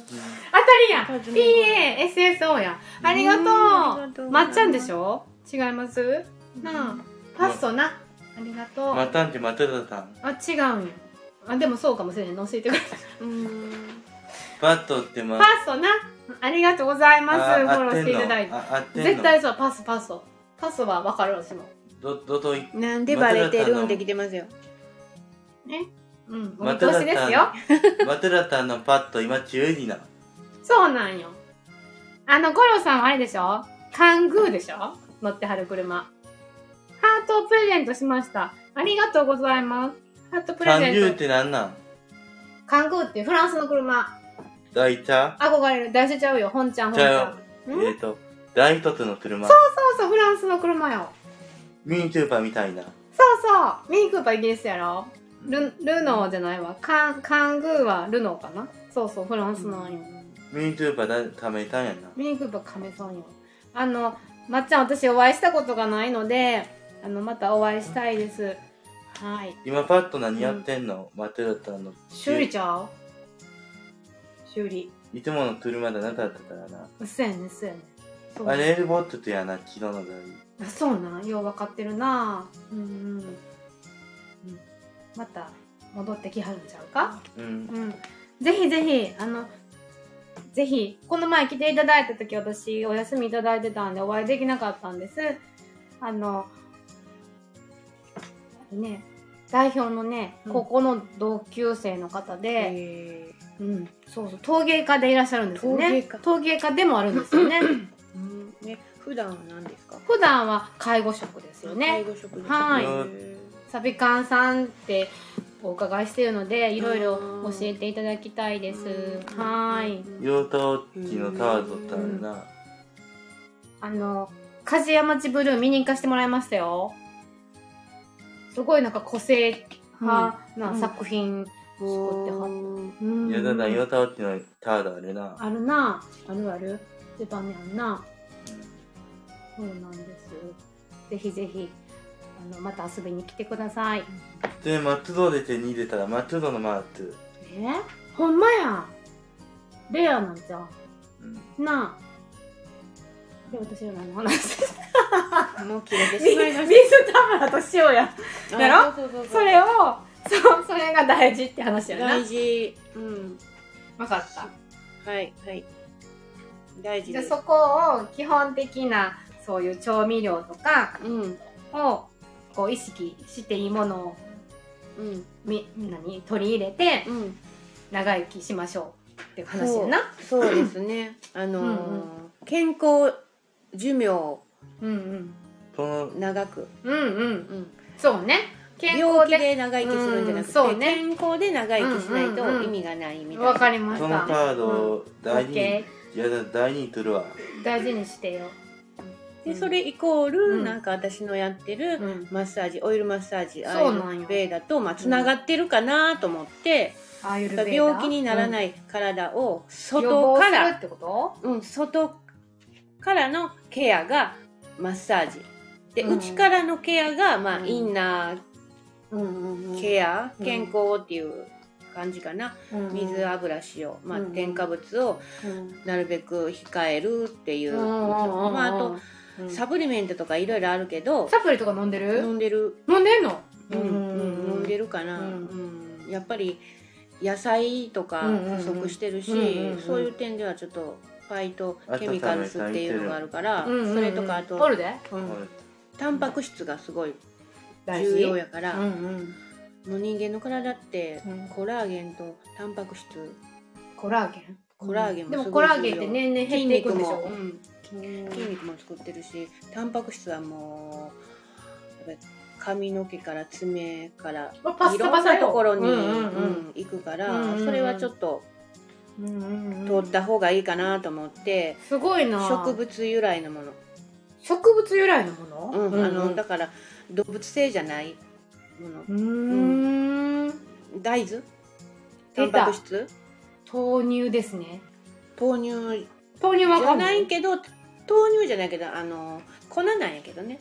S1: りやん
S2: 当たり
S1: PASSO やんありが
S2: うんありが
S1: と
S2: とう
S1: うまっちゃんでしょ違いますなあパッソなありがとう
S4: またんてまたたたん
S1: あ違うんやあでもそうかもしれない教えてくれた (laughs)
S2: うん
S4: パッとってま
S1: パッソなありがとうございます
S4: あ
S1: フォ
S4: 合
S1: ロ
S4: っ
S1: ー
S4: て
S1: し
S4: ん
S1: てい
S4: の
S1: ただいて
S4: あ合ってんの
S1: 絶対そうパッソパッソパッソは分かる私も
S4: どどとい
S2: なんでバレてるんできてますよ。
S1: うんお
S4: ま
S1: 見
S4: た
S1: 通
S4: だ
S1: しですよ
S4: マテラタンのパッと今中時な
S1: そうなんよ。あの、ゴロさんはあれでしょカングーでしょ乗ってはる車。ハートをプレゼントしました。ありがとうございます。ハートプレ
S4: 三流
S1: ゼ
S4: っ
S1: ント。
S4: てなんなん
S1: カングーっていうフランスの車。
S4: 大茶
S1: 憧れる。大事ちゃうよ。本ちゃん、本
S4: ち
S1: ち
S4: ゃ
S1: ゃ。
S4: うんえ
S1: ん
S4: ーと大卒の車
S1: そうそう、フランスの車よ。
S4: ミニチューパーみたいな
S1: そうそう。ミニクーパーイギリスやろル、ルノーじゃないわ。カン、カングーはルノーかなそうそう、フランスのよ。
S4: ミニチューパーだ貯めたんやな
S1: ミニクーパー亀さんよ。あの、まっちゃん、私お会いしたことがないので、あの、またお会いしたいです。はい。
S4: 今パッと何やってんのマテラタンの
S1: 修理ちゃう修理。
S4: いつもの車じゃなかったからな
S1: うっせやねん、うっせやねん。そう
S4: あれエルボットとやな昨日のだ
S1: あそうなん、よう分かってるなうんうん。うんまた戻ってきはるんちゃうか
S4: うん
S1: うん。ぜひぜひ、あの、ぜひ、この前来ていただいた時私お休みいただいてたんでお会いできなかったんです。あの、ね、代表のね、
S2: うん
S1: 高校の同級生の方で、
S2: え
S1: うん、そうそう陶芸家でいらっしゃるんですよね
S2: 陶芸家
S1: でもあるんです
S2: (clears throat)
S1: よね
S2: ーね普段は何ですか？
S1: 普段は介護職ですよね
S2: 介護職です。
S1: はい
S2: へ
S1: サビカンさんってお伺いしてるのでいろいろ教えていただきたいです
S2: ー
S1: はーい
S4: ヨータオッチのタワー取ったんやな
S1: あの梶山町ブルー見に行かせてもらいましたよすごいなんか個性派な作品作ってはった。
S2: は
S1: うん
S4: ヨタダン、ヨタオっていうのはターダあるな。
S1: あるな。あるある。ジャパネあるな。そうなんですよ。ぜひぜひ、あの、また遊びに来てください。
S4: で、マットド出て2出たら、マットドのマート。
S1: えほんまやん。レアなんじゃん。
S4: うん
S1: なあ。で、私は何の話
S2: もう切れて
S1: 水
S2: しまいまし
S1: 田村と塩や。
S2: た
S1: だろ
S2: あそうそうそう
S1: それを、そう、それが大事って話やな
S2: 大。事うん
S1: わかった。
S2: はいはい大事
S1: じゃ
S2: で
S1: あ
S2: す
S1: そこを基本的な、そういう調味料とか
S2: うん
S1: を、こう意識していいものを、
S2: うん
S1: み、何取り入れて、
S2: うん
S1: 長生きしましょうっていう話やな。
S2: そうですねあのー
S1: うんう
S2: 健康寿命
S1: うんうん。
S4: この、
S2: 長く、
S1: うんうん。
S2: うん、
S1: そうね。健
S2: 病
S1: 康で。
S2: 気で長生きするんじゃ
S1: う
S2: なく
S1: ん
S2: て、
S1: そうね
S2: 健康で長生きしない
S1: うんうんう
S2: と
S1: ん
S2: 意味がないみたいな、
S1: わかりまし
S4: このカ
S1: た。
S4: ードを第
S1: 大
S4: 2、
S1: 事に
S4: やだ、第2取るわ。
S1: 大事にしてよ。
S2: でそれイコール、
S1: うん
S2: なんか私のやってる
S1: うん。
S2: マッサージオイルマッサージアイ
S1: そう
S2: ル
S1: なんよ
S2: ベーダとまあつながってるかなと思って、
S1: アーユルベーダ
S2: 病気になら
S1: い
S2: ない体を外か
S1: 予防する
S2: ら、
S1: ってこと
S2: うん、外からのケアがマッサージで、
S1: うん
S2: 内からのケアが、まあ
S1: うん
S2: インナ
S1: うん
S2: ーケア、
S1: うん
S2: 健康っていう感じかな、
S1: うん
S2: 水油塩、まあ
S1: うん
S2: 添加物を
S1: うん
S2: なるべく控えるっていう、まあ、あと、
S1: うん
S2: サプリメントとかいろいろあるけど
S1: サプリとか飲んでる
S2: 飲んでる、
S1: 飲んでんの
S2: うんうん飲んで
S1: る
S2: るかな、
S1: う
S2: うんやっぱり野菜とか
S1: うんうんうん
S2: 不足してるし、
S1: うんうんうん
S2: そういう点ではちょっとファイトケミカルスっていうのがあるから、それとかあと、
S1: オルで
S2: うん
S4: はい
S2: タンパク質がすごい
S1: 大事
S2: 重要やから、
S1: うんうん
S2: もう人間の体って
S1: うん
S2: コラーゲンとタンパク質
S1: コラーゲン
S2: コラーゲンも
S1: です
S2: ごい重要
S1: もコラーゲンって年々減
S2: 筋
S1: っていく
S2: 肉
S1: んでし
S2: も、
S1: ょ
S2: うん筋肉も作ってるしタンパク質はもうやっぱり髪の毛から爪から
S1: パッ
S2: い
S1: サ
S2: ろ
S1: パ
S2: ん
S1: サ
S2: な
S1: よ
S2: ところに、
S1: うんうんう
S2: うんん行くから、
S1: うんうんうん
S2: それはちょっと
S1: うんうんうん
S2: 取った方がいいかなと思って、
S1: すごいな
S2: 植物由来のもの,、
S1: 植物由来のもの
S2: うんあ
S1: う
S2: の
S1: ん
S2: だから動物性じゃないもの
S1: うーん
S2: 大豆タ
S1: 出
S2: ン
S1: た
S2: パク質
S1: 豆乳ですね
S2: 豆乳
S1: 豆乳
S2: じ
S1: わか
S2: ゃ
S1: ん
S2: な
S1: ない
S2: いけど豆乳じゃないけどあの粉なんやけどね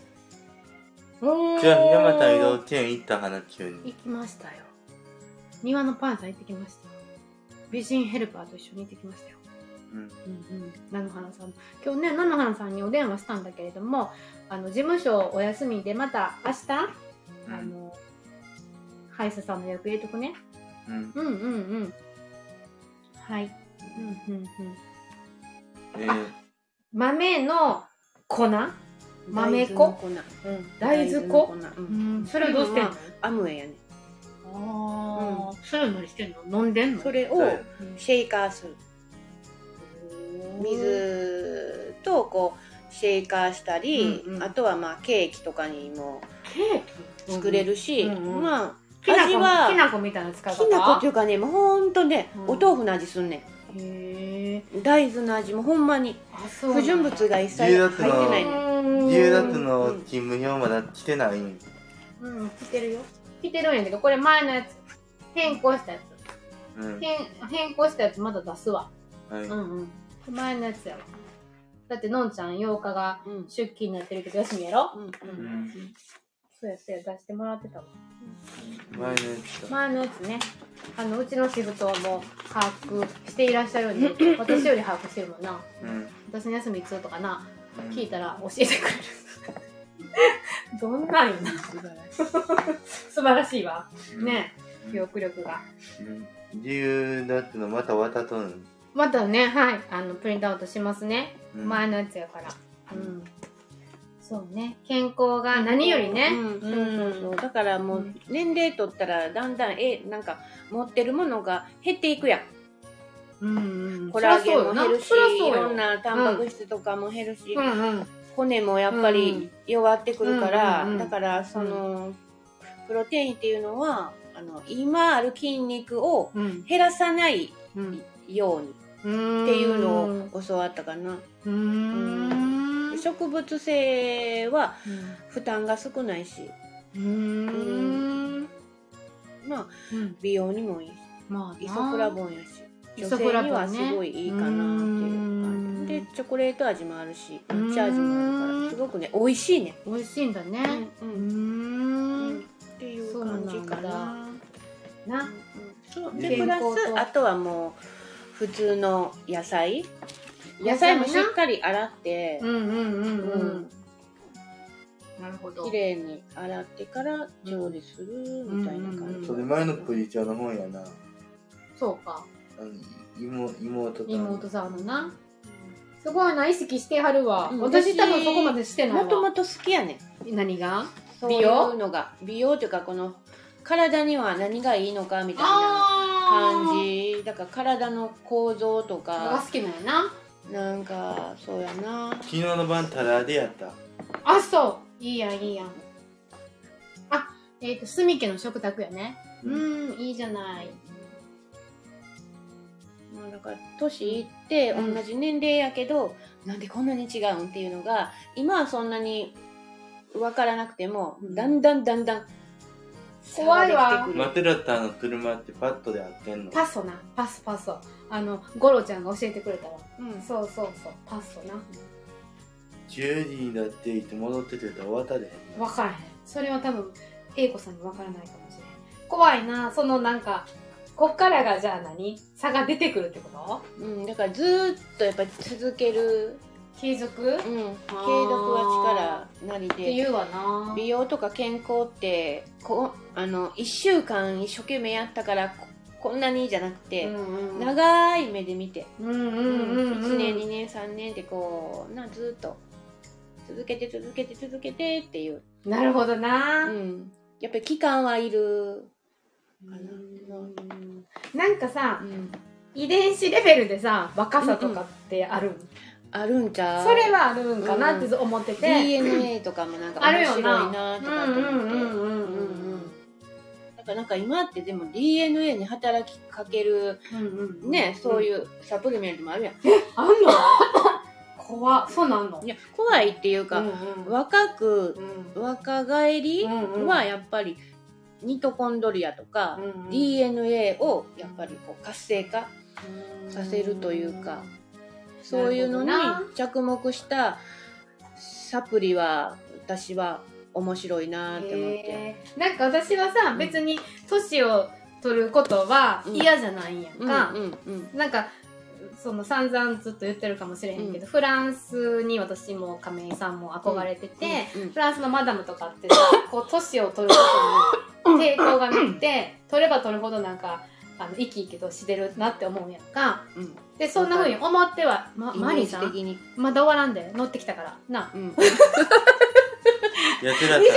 S1: おー
S4: じゃあ、山田移動園行った花急に。
S1: 行きましたよ庭のパン屋さん行ってきました美人ヘルパーと一緒に行ってきましたよ
S4: うん。
S1: 菜の花さん今日ね菜の花さんにお電話したんだけれどもあの事務所お休みでまた明日、あの歯医者さんの予約入れとくね
S4: うん。
S1: うんうんうんはいうんうんうん
S4: えー
S1: 豆の粉、豆粉
S2: 大豆の粉、うん
S1: 大豆粉
S2: 大の
S1: う
S2: 粉う
S1: んん、それをどうしてんの
S2: アムウェイやね
S1: ああ、そういうのにしてんの飲んでんの
S2: それを
S4: そう
S2: シェイカーする水とこうシェイカーしたり、
S1: うんうん
S2: あとはまあケーキとかにも
S1: ケーキ
S2: 作れるし、
S1: うんうんうん
S2: まあ
S1: きなこ
S2: 味は
S1: きなこみたいな使い方
S2: きな粉っていうかねもうほんとね、
S1: うん
S2: お豆腐の味すんね
S1: へえ
S2: ん大豆の味もほんまに
S1: あそう
S2: 不純物が一切入ってないね
S1: うん
S4: 留学の勤務表まだ来てないん
S1: うん来てるよ来てるんやけどこれ前のやつ変更したやつ
S4: うん。
S1: 変変更したやつまだ出すわ
S4: はい。
S1: うんうん前のやつやわだってのんちゃん8日が
S2: うんうん
S1: 出勤になってるけど休みやろ
S2: うん
S4: うん
S1: そうやそうや出してもらってたわ
S4: 前のやつだ。
S1: 前のやつねあのうちのシフトはもう把握していらっしゃるん (laughs) で私より把握してるもんな
S4: うん。
S1: 私の休みいつとかな
S4: うん
S1: 聞いたら教えてくれる (laughs) どんなんよな
S2: 素晴らしい
S1: 素晴らしいわね
S4: うん
S1: 記憶力が
S4: うん。留学のまた渡っとん。
S1: またねはいあのプリントアウトしますね、
S4: うん
S1: 前のやつやからう
S4: うん
S1: んそうね健康が何よりね
S2: うんうんそうそうだからもう年齢取ったらだんだんえなんか持ってるものが減っていくやん
S1: うんうん
S2: コラーゲンも減るし
S1: そらそうよ
S2: いろんなタンパク質とかも減るし、
S1: うんうん
S2: 骨もやっぱり弱ってくるから、
S1: うんうんうん
S2: だからその、プロテインっていうのはあの今ある筋肉を
S1: うん
S2: 減らさない
S1: うん
S2: ようにっ
S1: って
S2: いうのを教わったかな、
S1: うーんう
S2: 植物性は
S1: ん
S2: 負担が少ないし
S1: うーん。
S2: まあ美容にもいいし
S1: まあ
S2: イソフラボンやし
S1: イ
S2: 女
S1: ソフラ
S2: 性
S1: ボ
S2: に
S1: ンね
S2: はすごいいいかなっていう感じ
S1: う
S2: で
S1: ん
S2: チョコレート味もあるし
S1: うん
S2: 抹茶味もあるからすごくね美味しいね、
S1: 美味しいんだね
S2: う
S1: うんんん
S2: っていう感じかな
S1: な
S2: そう
S4: うん
S2: でプラス
S1: 健康と
S2: あとはもう普通の野菜野
S1: 野
S2: 菜
S1: 菜
S2: も
S1: も
S2: し
S1: な
S2: っかり洗って
S1: うんうんうんう
S2: うん
S1: なるほど
S2: 綺麗に洗ってから調理するみたいな感じ
S4: それ前のプリちゃんのもんやな
S1: そうか
S4: あの妹妹と
S1: 妹さんのなすごいな意識してはるわ
S2: うん
S1: 私多分そこまでしてな
S2: も
S1: い
S2: と
S1: わ
S2: もと好きやねん
S1: 何が
S2: そういうのが美容というかこの体には何がいいのかみたいな
S1: あ
S2: 感じだから体の構造と
S1: が
S2: か
S1: 好きなんやな
S2: なんかそうやな
S4: 昨日の晩タラでやった
S1: あそういいやんいいやんあえっ、と住家の食卓やねう
S4: うん
S1: いいじゃない
S2: もうだから年いって同
S1: うん
S2: じ年齢やけど、なんでこんなに違うんっていうのが今はそんなに分からなくても
S1: うん
S2: だんだんだんだん
S1: 怖いわ
S2: 差ができてくる
S4: マテラッタの車ってパッドで合ってんの
S1: パソなパスパソあのゴロちゃんが教えてくれたわ
S2: うん
S1: そうそうそうパソな
S4: 10時にだって言って戻っててたら終わったで
S1: 分からへんそれは多分英子さんに分からないかもしれん怖いなそのなんかこっからがじゃあ何差が出てくるってこと
S2: うん、だからずーっとやっぱり続ける、
S1: 継続っ
S2: うん、継続は力なりで
S1: ていうわな
S2: 美容とか健康ってこうあの1週間一生懸命やったからここんなにじゃなく
S1: う
S2: て、
S1: んうん
S2: 長い目で見て、
S1: うんうん
S2: 一
S1: うんうん
S2: 1年2年3年ってこうなずっと続けて続けて続けてっていう、
S1: なるほど
S2: う
S1: な、
S2: ん、やっぱり期間はいるかな、
S1: うんなんかさ
S2: うん
S1: 遺伝子レベルでさ若さとかってあるん、
S2: あるんちゃう
S1: それはあるんかなって思ってて、
S2: DNA とかもなんか
S1: ある
S2: 面
S1: よ
S2: 白
S1: な
S2: いなとかと思っ
S1: うん
S2: て。
S1: うんうんうん
S2: だからなんか今ってでも DNA に働きかける
S1: うんうん
S2: ね、そう
S1: う
S2: いうサプリメントもあるやん
S1: あんの (coughs) 怖っそうなんの
S2: いや怖いっていうか、
S1: うんうん
S2: 若く
S1: う
S2: 若返り
S1: んうん
S2: はやっぱりニトコンドリアとか、
S1: うんうん
S2: DNA をやっぱりこう活性化させるというかそういうのに
S1: なるほど
S2: 着目したサプリは私は面白いなって思って。
S1: へーなんか私はさ別に年を取ることは嫌じゃないんやん
S2: うん
S1: か、
S2: うんうん
S1: なんかその散々ずっと言ってるかもしれへんけど、フランスに私も亀井さんも憧れてて、
S2: うんうん
S1: フランスのマダムとか (laughs) ってさこう年を取ることに抵抗がなくて取れば取るほどなんかあの生き生きとしてるなって思うやんか
S2: うん
S1: でそんなふうに思っては、ま、マリーさ
S2: イメージ
S1: ん
S2: 的に、
S1: まだ終わらんで乗ってきたからな (laughs)
S2: うん、
S4: やってらった
S1: 20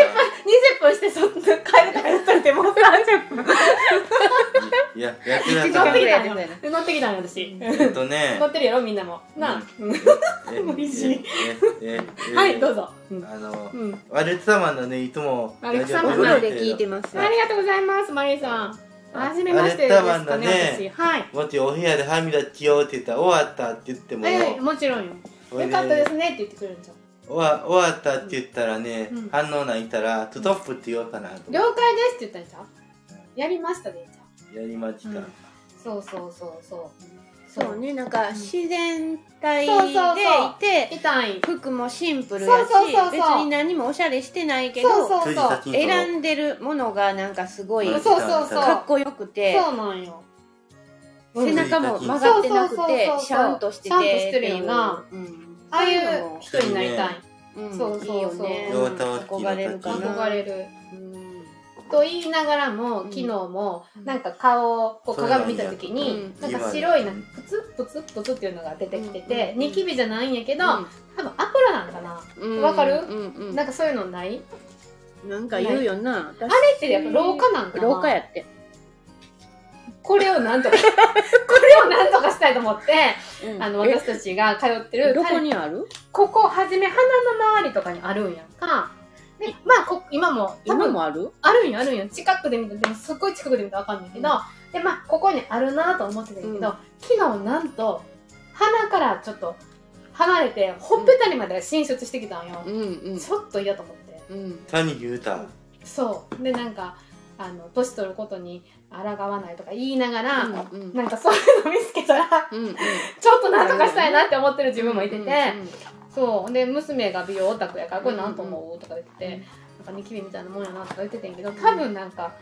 S1: 分してそっと帰るからといてもう30分 (laughs)
S4: いややってらっ
S2: 一時
S1: 乗
S2: 間
S4: た
S1: っ
S2: ぐ
S1: て
S2: らい
S1: きたんよ乗ってきたんよ私
S4: えっとね
S1: 乗ってるやろみんなもなあ、うん
S4: え
S1: もういいし
S4: えええ
S1: はいどうぞ、うん
S4: あの
S1: うん
S4: ワルツ様だねいつも
S1: ワルツ
S2: お
S1: 様
S4: ラジ
S2: 風
S4: オで
S2: 呂で聞いてます。
S1: ありがとうございます、マリーさん。
S4: あ
S1: はじめましてです
S4: あれ
S1: か
S4: だ
S1: ね、
S4: ね
S1: 私。はい。
S4: もしお部屋で歯磨きようって言ったら終わったって言っても
S1: ええもちろんよ。
S4: それ
S1: よかったですねって言ってくれるんじゃん。
S4: 終わ終わったって言ったらね、
S1: うん
S4: 反応ないからトトップって言おうかなと、
S1: 了解ですって言ったんじゃん。やりましたでいいじゃん。
S4: やりました、
S1: うんそうそうそうそう。
S2: そう。ね、なんか自然体で
S1: そうそう
S2: い
S1: そう
S2: て、
S1: 痛い。
S2: 服もシンプルやし
S1: そうそうそうそう
S2: 別に何もおしゃれしてないけど
S1: そうそう
S4: 辻先に
S2: 選んでるものがなんかすごい
S1: そううん
S2: か
S1: そうそう。
S2: っこよくて
S1: そうなんよ。うん
S2: 背中も曲がってなくて
S1: そうそうそうそう
S2: シャンとしてて
S1: シャンとしてるよな
S2: っていううん
S1: ああい
S2: そう
S1: う人になりたい。
S2: うのも、うん、
S1: そうそうそう
S2: いいよね
S4: 両手を
S2: 憧れるか
S4: うん
S2: な
S1: 憧れる。
S2: うん
S1: と言いながらも、
S2: うん
S1: 昨日も
S2: うん
S1: なんか顔をこう鏡見た時に、
S2: そ
S1: な
S4: うんなんや
S1: か白いなんかプツップツップツっていうのが出てきてて、
S2: うん
S1: ニキビじゃないんやけど、多分アプロなんかな、
S2: うん
S1: わかる
S2: うんうん
S1: なんかそういうのないあ
S2: なんか言うよなあ
S1: れってやっぱ老化なんかな
S2: 廊下やって、
S1: これをなんとか (laughs) これをなんとかしたいと思って
S2: うん
S1: あの
S2: え
S1: 私たちが通ってる
S2: どこにある
S1: ここはじめ鼻の周りとかにあるんやんかでまあこ今も多
S2: 今
S1: 分
S2: もある
S1: あるんよあるんよ近くで見たでもすっごい近くで見たらわかんないけど、でまあここにあるなと思ってたんやけど、
S2: うん
S1: 昨日なんと鼻からちょっと離れてほっぺたにまで進出してきたんよ、
S2: うんうん
S1: ちょっと嫌と思って
S2: うん
S4: 谷裕太
S1: そうでなんかあの年取ることに抗わないとか言いながら、
S2: うんうん
S1: なんかそういうの見つけたら
S2: うんうん
S1: ちょっとなんとかしたいなって思ってる自分もいてて、
S2: うんうん
S1: そうで娘が美容オタクやからこれなんと思うとか言ってて、なんかニキビみたいなもんやなとか言っててんけど多分なんか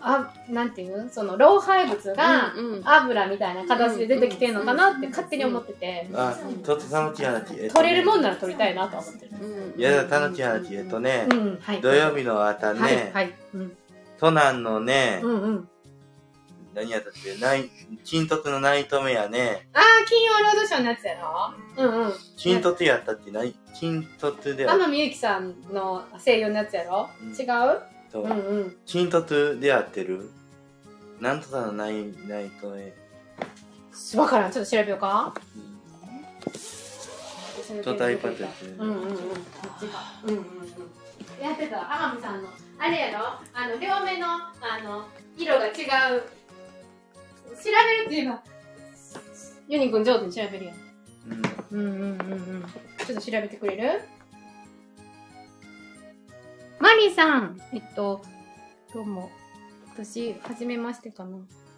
S1: あなんていうのその老廃物が
S2: うんうん
S1: 油みたいな形で出てきてんのかなって勝手に思ってて、
S4: あ、ちょっと楽しい話。えっとね
S1: 取れるもんなら取りたいなとは思ってる。
S2: うん
S4: いや、楽しい話。えっとね、
S1: うん、はい。
S4: 土曜日の朝
S1: はい、
S4: ね、
S1: はい。うん、
S4: 都南のね
S1: う、ん、うん。
S4: 何やったっけ、ない、沈突のナイトメアね、
S1: ああ、金曜ロードショーのやつやろうんうん。
S4: 沈突やったってない、沈突であっ
S1: 天海祐希さんの声優のやつやろ
S4: うん
S1: 違う
S4: た
S1: うんうん。
S4: 沈突でやってるなんとかのない、ないとね、
S1: わからん。ちょっと調べようか。ちょ
S4: ちょっと iPad やってる
S1: うんうんうん。こっちか。うんうんうん。やってた。天海さんの、あれやろあの、両目の、あの、色が違う。調べるって言えば、ユニくん上手に調べるやん。う
S4: うん。
S1: んうんうんうん。ちょっと調べてくれるマリーさん、えっと、どうも。私、初めましてかな。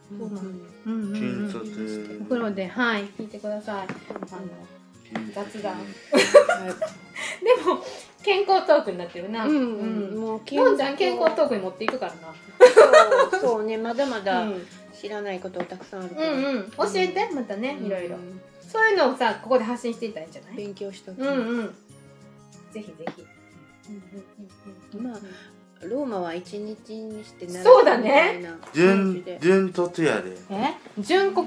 S1: そうなんうんうんう
S4: 沈
S1: ん。
S4: 突。
S1: お風呂で、はい、聞いてください。あの雑談でも、健康トークになってるな。
S2: うんうん
S1: う
S2: もう
S1: きょんちゃん健康トークに持っていくから
S2: そうそうねまだま
S1: な。
S2: だ
S1: うん
S2: 知らないことたくさんあるけ
S1: う
S2: ど、
S1: んうん。教えて、またね、いろいろ。そういうのをさ、ここで発信していったらいいんじゃない
S2: 勉強しとく、
S1: うんうん。ぜひぜひ。
S2: まあローマは一日にしてな
S1: そうだね
S4: 順、順突やで。
S1: え純国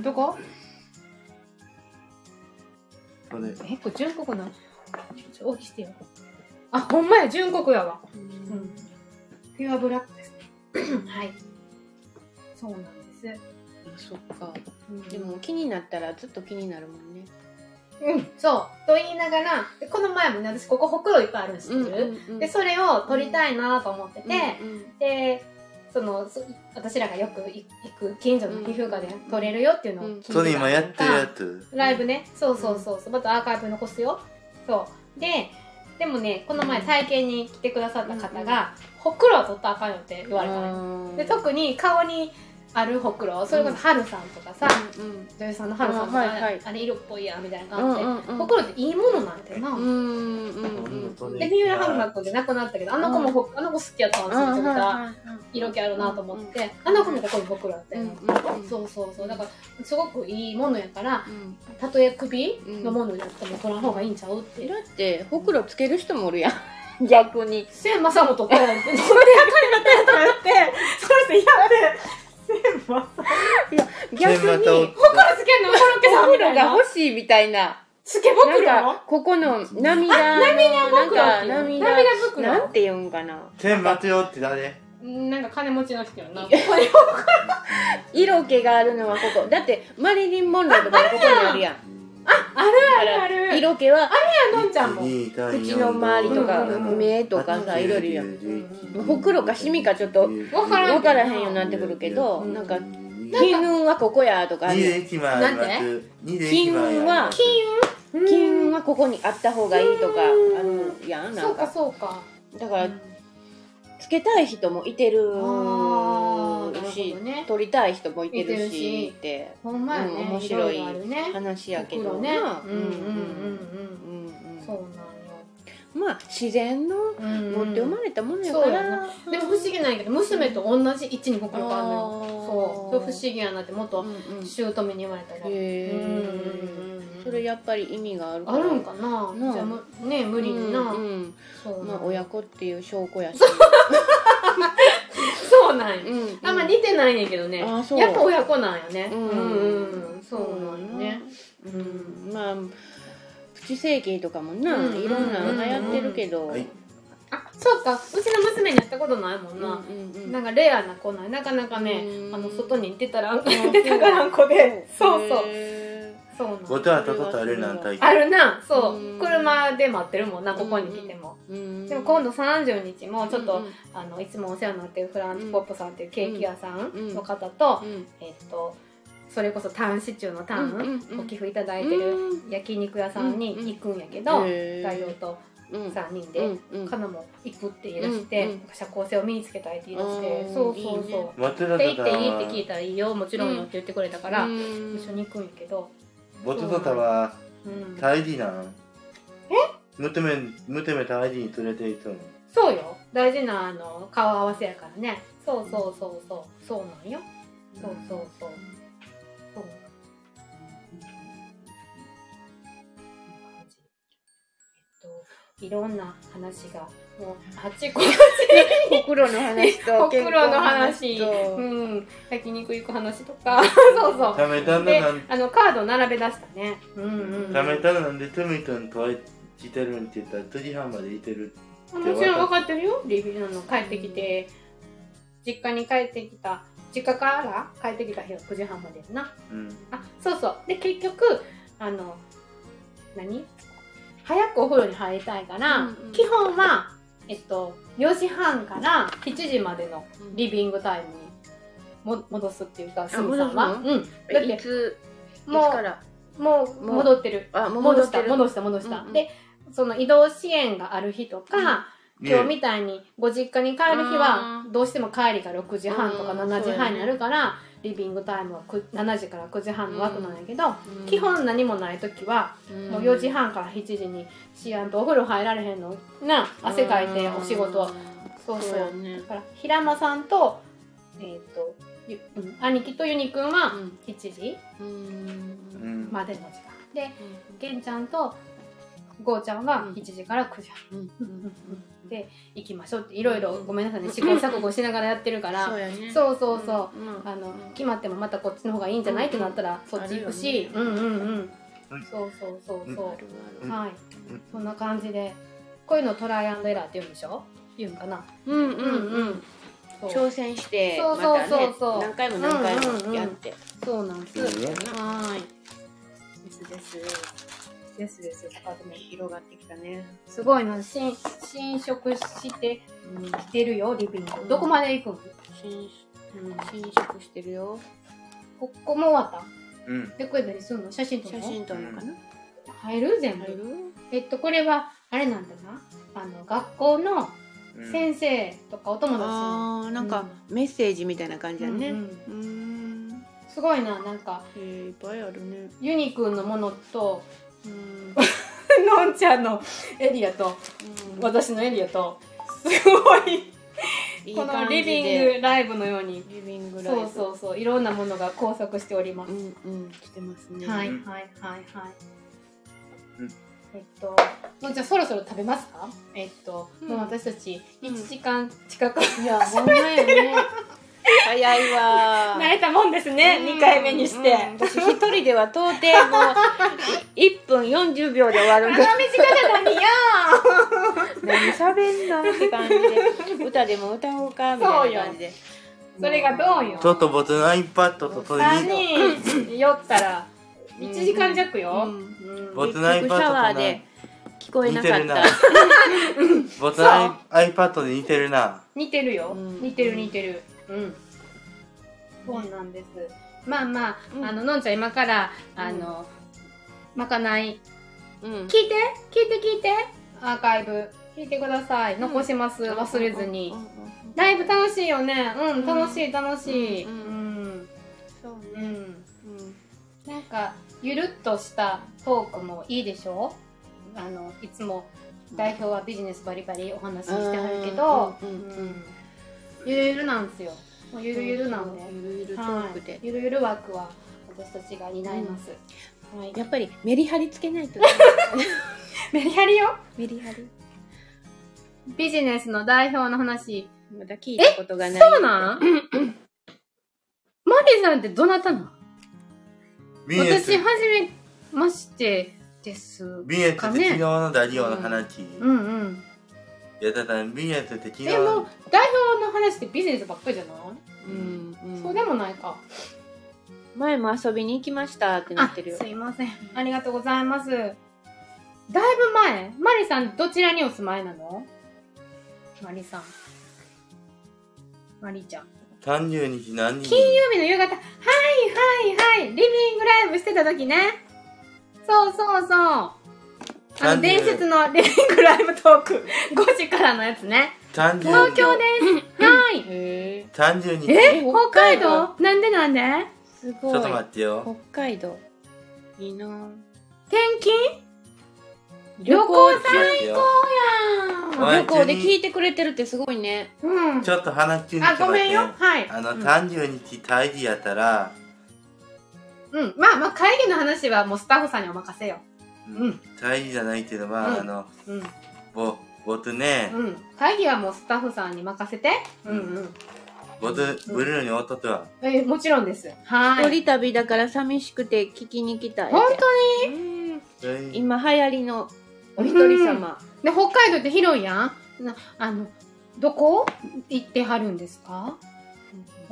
S1: どこ
S4: これ、
S1: えこれ純国なのちょ大きしてよあほんまや純国やわ、うん、フィアブラックです (clears throat) はいそうなんです、
S2: そっか
S1: うん、
S2: でも気になったらずっと気になるもんね
S1: うんそうと言いながらでこの前もね私ここほくろいっぱいあるの知ってる、でそれを取りたいなと思ってて、でそのそ私らがよく行く近所の皮膚科で取れるよっていうのを聞いてた
S4: それ今やってる
S1: から
S4: やつ。
S1: ライブね、そうそうそうそう、またアーカイブ残すよ。そう。で、でもね、この前体験に来てくださった方が、ほくろを取ったらあかんよって言われたのよで、特に顔にあるほくろ、それこそ春さんとかさ、女優さんの春さんとか、
S2: うんはいはい
S1: あれ色っぽいやんみたいな感じで、
S2: うん
S1: ほくろっていいものなんだよな。で、三浦春馬くんじゃなくなったけど、あの子もほ、あの子好きやったの、めちゃめちゃ色気あるなと思って、あの子もここにほくろあったよな。そうそうそう、だから、すごくいいものやから、たとえ首のものになっても取らん方がいいんちゃうって。
S2: だってほくろつける人もおるやん (laughs) 逆に
S1: 千正本って、それで赤になってとか言って、それで嫌で、千正本。
S2: 逆
S4: 千
S2: に
S4: 股を
S2: ほ
S4: つ
S1: つけんの、コロッケさん
S2: く
S1: み
S2: ろ
S1: たい
S2: が
S1: な。
S2: 欲しいみたいな
S1: つけ
S2: な
S1: 袋
S2: ん
S1: の
S2: かここの涙涙
S1: ほくろっていうの
S2: なんか
S1: 涙
S2: 涙
S1: 袋。
S2: なんて言うんかな
S4: 天待てよって誰
S1: うんなんか金持ちの人や (laughs) な。
S2: 色気があるのはここだってマリリン・モンローとかここにあるやん
S1: あるあるある。
S2: 色気は
S1: のんちゃんも。
S2: 口
S4: 口
S2: の周りとか目とかさいろいろやほくろかシミかちょっと
S1: わからん
S2: 分からへんようになってくるけど、
S1: うん
S2: なんか金運はここやとかあ
S4: 2
S2: るや
S4: で
S2: ん
S4: 駅前あります二で駅
S2: 金
S4: 前
S2: 運
S4: あ
S2: は
S4: ります
S2: 金運はここにあった方がいいとかあるやんな
S1: そ
S2: ん
S1: うか
S2: か
S1: そうか。
S2: だからつけたい人もいてる
S1: あーなるほ
S2: し
S1: どね
S2: 取りたい人もいて
S1: いて
S2: る
S1: るし
S2: しって
S1: ほんまやね。
S2: うん面白い
S1: ろろあるね。
S2: 話やけ
S1: 袋
S2: ど
S1: ね。
S2: な
S1: うんうんうんう
S2: う
S1: ん。
S2: んう
S1: そうんな
S2: まあ自然の
S1: んよ。うんうん
S2: 持って生まれたものやか
S1: そうや
S2: ら
S1: なでも不思議なんやけど娘と同じ位置に心があるのよ
S2: あー
S1: そうそれ不思議やなってもっと
S2: うんうん
S1: 姑に言われたら、
S2: へ
S1: うんうん
S2: ー
S1: うんうん
S2: それやっぱり意味がある
S1: あるんかな、
S2: なあ
S1: じゃあむね無理にな、
S2: うんうん
S1: そう
S2: ま
S1: な
S2: あ親子っていう証拠やし
S1: そうなんや、
S2: うん
S1: あんま似てないねんやけどね
S2: あそう
S1: やっぱ親子なんよね
S2: うん
S1: うんうんそうなんよね
S2: うんまあプチ整形とかもな、
S1: うん
S2: いろんなの流行ってるけど、
S4: はい
S1: あそうかうちの娘にやったことないもん
S2: うん
S1: な、
S2: うん
S1: なんかレアな子ないなかなかね、
S2: うん
S1: あの外に出たら
S2: ん
S1: 出たからん子でそうそう
S2: へ
S1: そうなん
S4: ごたあたことあるなん体
S1: あるなそう、
S2: うん
S1: 車で待ってるもんなここに来ても、
S2: ーうん
S1: でも今度30日もちょっと、
S2: うん
S1: あのいつもお世話になってるフランスポップさんっていうケーキ屋さんの方と、
S2: うん
S1: えっとそれこそタンシチューのタン、
S2: うんうんうん
S1: お寄付いただいてる焼肉屋さんに行くんやけど、
S2: へー
S1: 概要と
S2: うん
S1: 3人で、
S2: うんうん
S1: カナも行くって言い出して、
S2: うんうん
S1: なんか社交性を身につけたいって言い出して、
S2: うん
S1: そうそうそう
S2: いいね
S4: マテ
S1: 「
S4: ラ
S1: って
S4: タ
S1: 行っていい」って聞い
S4: は
S1: たら「いいよもちろんよ」って言ってくれたから、
S2: うん
S1: 一緒に行くんやけど、
S4: マテラタは
S1: うん
S4: タイディなんえムテメムテメタイディに連れて行ったの
S1: そうよ大事なあの顔合わせやからねそうそうそうそうそうなんよそうそうそうそうえっといろんな話がもうあちこち
S2: ほくろの話と
S1: (laughs) ほくろの話、
S2: 健康の話と
S1: うん、焼肉行く話とかそうそう
S4: ためたんだ
S1: で
S4: なん
S1: あのカード並べ出したねうんうん、うん、
S4: ためたんだなんでトミトンと会いてるんって言ったら9時半までいてる
S1: もちろん分かってるよリビあの帰ってきて実家に帰ってきた実家から帰ってきた日は9時半までやな
S4: うん
S1: あそうそうで結局あの何早くお風呂に入りたいから、
S2: うんうん
S1: 基本はえっと4時半から7時までのリビングタイムにも戻すっていうかすみさんは
S2: 戻す
S1: うんだっ
S2: い
S1: て
S2: つ
S1: もう
S2: いつから
S1: もう
S2: もう
S1: 戻ってる
S2: あも
S1: 戻
S2: う戻
S1: し
S2: して
S1: た
S2: る
S1: 戻した戻した、
S2: うんうん
S1: でその移動支援がある日とか、
S2: うん
S1: 今日みたいにご実家に帰る日は
S2: あー
S1: どうしても帰りが6時半とか
S2: うん
S1: 7時
S2: そうや
S1: 半
S2: ね
S1: になるからリビングタイムはく7時から9時半の枠なんやけど、
S2: うん
S1: 基本何もない時は
S2: うん
S1: もう4時半から7時にしやんとお風呂入られへんのな汗かいてお仕事そうそう
S2: そうやね
S1: だから平間さんと,、えーとゆうん兄貴とユニくんは
S2: うん
S1: 7時
S2: うん
S4: うん
S1: までの時間で玄ちゃんとゴーちゃんは
S2: うん
S1: 1時から9時半
S2: うん
S1: で行きましょうっていろいろごめんなさいね試行錯誤しながらやってるから
S2: そうやね
S1: そうそうそう
S2: うんうん
S1: あの決まってもまたこっちの方がいいんじゃないってなったらそっち行くし、
S2: ある
S1: う
S2: よ
S1: ん
S2: ね
S1: うんうん、
S4: うん
S1: そうそうそう
S2: あ
S1: そ
S2: る
S1: う、
S4: うん
S1: はい
S4: うん
S1: そんな感じでこういうのトライアンドエラーって言うんでしょ言うんかな
S2: あるうん
S1: うん
S2: うん
S1: う
S2: うんん
S1: そう
S2: 挑戦して
S1: そう
S2: ま
S1: そう
S2: た
S1: そう
S2: ね
S1: そう
S2: 何回も何回もやって
S1: そうなんです、
S4: いいね
S1: はーい
S2: ですですですですデパートメント広がってきたね
S1: すごいの新侵食して
S2: うん
S1: きてるよリビングどこまで行く
S2: 新
S1: の、うん、
S2: 新色してるよ
S1: ここも終わった
S4: うん
S1: でこれ何すんの写真撮る
S2: 写
S1: の
S2: 真撮るのかな
S1: 入る全部
S2: 入る
S1: えっとこれはあれなんだなあの学校の
S4: うん
S1: 先生とかお友達の、
S2: あーなんかメッセージみたいな感じだね
S1: う
S2: うんんん
S1: すごいななんか
S2: へーいっぱいあるね
S1: ユニくんのものと
S2: う
S1: (laughs)
S2: ん
S1: のんちゃんのエリアと
S2: うん
S1: 私のエリアとすごい
S2: いい
S1: この
S2: 感
S1: リ
S2: じ
S1: ビ
S2: で
S1: ングライブのように
S2: リビングライ
S1: そ
S2: ブ
S1: うそうそういろんなものが交錯しております、
S2: んうんしてますね
S1: はいはい
S4: うん
S1: はいはい、
S4: うん
S1: えっとのんちゃんそろそろ食べますかえっと、
S2: うん
S1: もう私たち
S2: うん
S1: 1時間近く、
S2: いやほんまやね早いわ
S1: 慣れたもんです (laughs) ね、
S2: うん
S1: 2回目にして、
S2: うん私一人では到底もう1分40秒で終わる
S1: (laughs)
S2: んだ
S1: 短かったによ
S2: 何喋んのって感じで歌でも歌おうかみたいな感じで
S1: それがどうよ
S4: ちょっと僕の iPad と取りに
S2: (laughs)
S1: 3人酔ったら
S2: うん
S1: 1時間弱よ、
S2: うん
S1: うん
S4: ボツの iPad
S2: 結
S4: と
S2: 局シャワ
S4: な
S2: ーで聞こえ
S4: 似
S2: な
S4: て
S2: か
S4: る
S2: っ
S4: な
S2: た
S1: (laughs)
S4: ボツの iPad に似てるな
S1: 似てるよ、
S2: うん
S1: 似てる似てるうんそうなんですまあまあ、
S2: うん
S1: あののんちゃん今から
S2: うん
S1: あの、まかない
S2: うん
S1: 聞いて聞いて聞いてアーカイブ聞いてください残します、忘れずに、
S2: うん
S1: ライブ楽しいよねうん楽しい楽しい
S2: うん
S1: うん、
S2: そう
S1: う
S2: ね
S1: ん
S2: うん
S1: なんかゆるっとしたトークもいいでしょあのいつも代表はビジネスバリバリお話ししてはるけど、
S2: うんうんうん
S1: ゆるゆるなんですよもうゆるゆるなんで、
S2: ゆるゆるト
S1: は
S2: ークで
S1: い、ゆるゆる枠は私たちが担います、はい、
S2: やっぱりメリハリつけないと
S1: (laughs) メリハリよ
S2: メリハリ
S1: ビジネスの代表の話
S2: まだ聞いたことがない
S1: そうなんマリさんってどなたなん
S4: ビエツ
S1: 私初めましてです
S4: ビエツって昨日のダリオの話、
S1: うんうん
S4: いやだからビエツって昨日
S1: えもう代表の話ってビジネスばっかりじゃない、
S2: うんうん
S1: そうでもないか
S2: 前も遊びに行きましたってな
S1: あ
S2: ってるよ
S1: すいませんありがとうございますだいぶ前マリさんどちらにお住まいなのマリさんマリちゃん
S4: 30日何人
S1: 金曜日の夕方はいはいはいリビングライブしてた時ねそうそうそうあの伝説のリビングライブトーク5時 (laughs) からのやつね
S4: 30
S1: 東京ですはい
S2: へ
S4: 30日
S1: え
S2: え
S1: 北海道なんでなんです
S4: ちょ
S2: ご
S4: っ
S2: い
S4: と待って
S2: 北
S4: よ
S2: 海道いいなぁ
S1: 転勤
S2: 旅
S1: 旅
S2: 行
S1: 行
S4: 最高
S1: や
S2: 旅行で聞いてくれてるってすごいね
S1: んうん
S4: ちょっと話中に
S1: あごめんよはい
S4: あの、
S1: うん
S4: 30日退治やったら、
S1: うんまあまあ会議の話はもうスタッフさんにお任せよん
S4: 退治じゃないけどまあ、
S1: うん
S4: あの
S1: うん
S4: ぼ僕ね、
S1: うん会議はもうスタッフさんに任せてうんうん
S4: 僕ブルーにおっとっては
S1: えもちろんですは
S2: 一
S1: い
S2: 人旅だから寂しくて聞きに来たい
S1: 本
S2: 当に
S4: それに
S2: 今流行りのお一人様
S1: で北海道って広いやんなあのどこ行ってはるんですか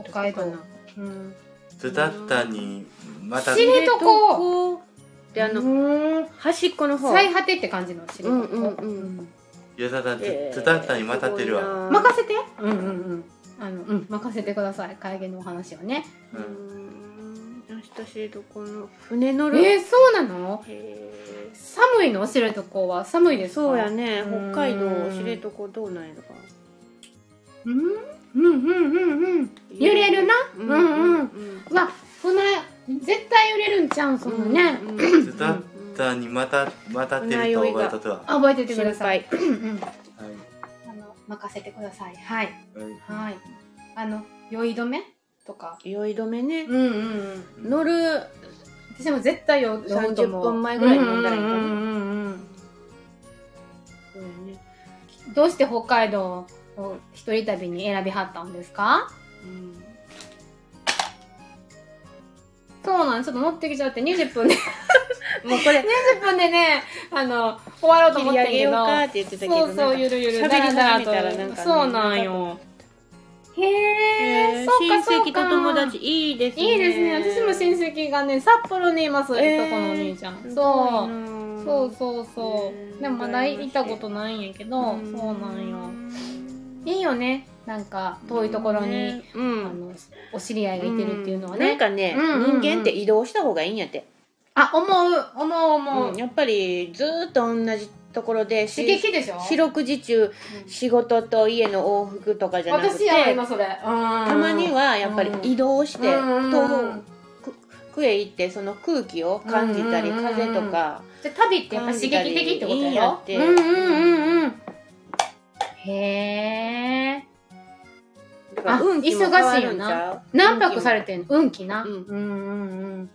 S1: 北海道
S2: どこかな
S1: うん
S4: スタッタにまた
S1: 知り知床
S2: であの
S1: うん
S2: 端っこの方
S1: 最果てって感じの知り
S2: うんうん
S1: 合
S2: うん
S4: よさた
S2: えー
S4: スタッタにまたってるわ、
S2: すごいなぁ
S1: 任せてうんうんうんあのうん任せてください会議のお話はね
S2: う
S4: うん
S2: ん明日知床の船乗
S1: え
S2: る
S1: ー、そうなの
S2: へー
S1: 寒いの知床は寒いですか
S2: そうやね
S1: うん
S2: 北海道知床どうなんやろか
S1: うんうんうんうんうん揺れるな
S2: うんんうん
S1: うわそんな絶対揺れるんちゃうんそんなね、
S2: うん
S4: スタッタにまたまたってると覚えとっては、
S1: あ覚えててく
S2: 心
S1: ださい
S2: 配
S1: うんうん
S4: はい
S1: あの任せてくださいはい
S4: はい
S1: はいあの酔い止めとか
S2: 酔い止めね
S1: うんうんうん
S2: 乗る
S1: 私も絶対酔う飲むと思う
S2: 30分前ぐらいに飲んだらいい
S1: うん
S2: か
S1: う
S2: なん
S1: うんうん
S2: そうやね
S1: うんどうして北海道を一人旅に選びはったんですか
S2: うん
S1: そうなんちょっと持ってきちゃって20分で
S2: もうこれ
S1: 20分でねあの終わろうと
S2: 切
S1: 思っ
S2: り
S1: てん
S2: 上げ
S1: け
S2: よう
S1: ど
S2: かって言ってたけど
S1: そうそう
S2: なんか
S1: ゆるゆる
S2: 喋り
S1: だらだら
S2: 始めたらなんかね
S1: そうなんよへえ
S2: えー
S1: そう
S2: 親
S1: かそうか
S2: 戚と友達いいですね
S1: いいですね私も親戚がね札幌にいます、
S2: えー
S1: いとこのお兄ちゃん
S2: す
S1: そ
S2: ごいうなぁ
S1: そうそうそう、
S2: えー
S1: でもまだ行ったことないんやけど、
S2: ん
S1: そうなんよいいよねなんか遠いところに、
S2: ねう
S1: あ
S2: ん
S1: のお知り合いがいてるっていうのは
S2: なん
S1: ね、
S2: かね
S1: うんうんうん
S2: 人間って移動した方がいいんやって
S1: あ思う思う思う、
S2: うんやっぱりずーっと同じところでし
S1: 刺激でしょ
S2: 四六時中仕事と家の往復とかじゃなく
S1: 私
S2: て
S1: やわ今それた
S2: たまにはやっぱり移動して
S1: うん
S2: 遠く区へ行ってその空気を感じたり
S1: うんうんうんうん
S2: 風とか
S1: じゃあ旅ってやっぱ刺激的ってこと
S2: いいん
S1: や
S2: や
S1: ろ
S2: って
S1: うんうんうんうんへえ
S2: だから
S1: あ
S2: 運気も変わる
S1: 忙し
S2: んち
S1: い
S2: ゃう
S1: 何泊されてんの運気な、
S2: うん
S1: うんうんうん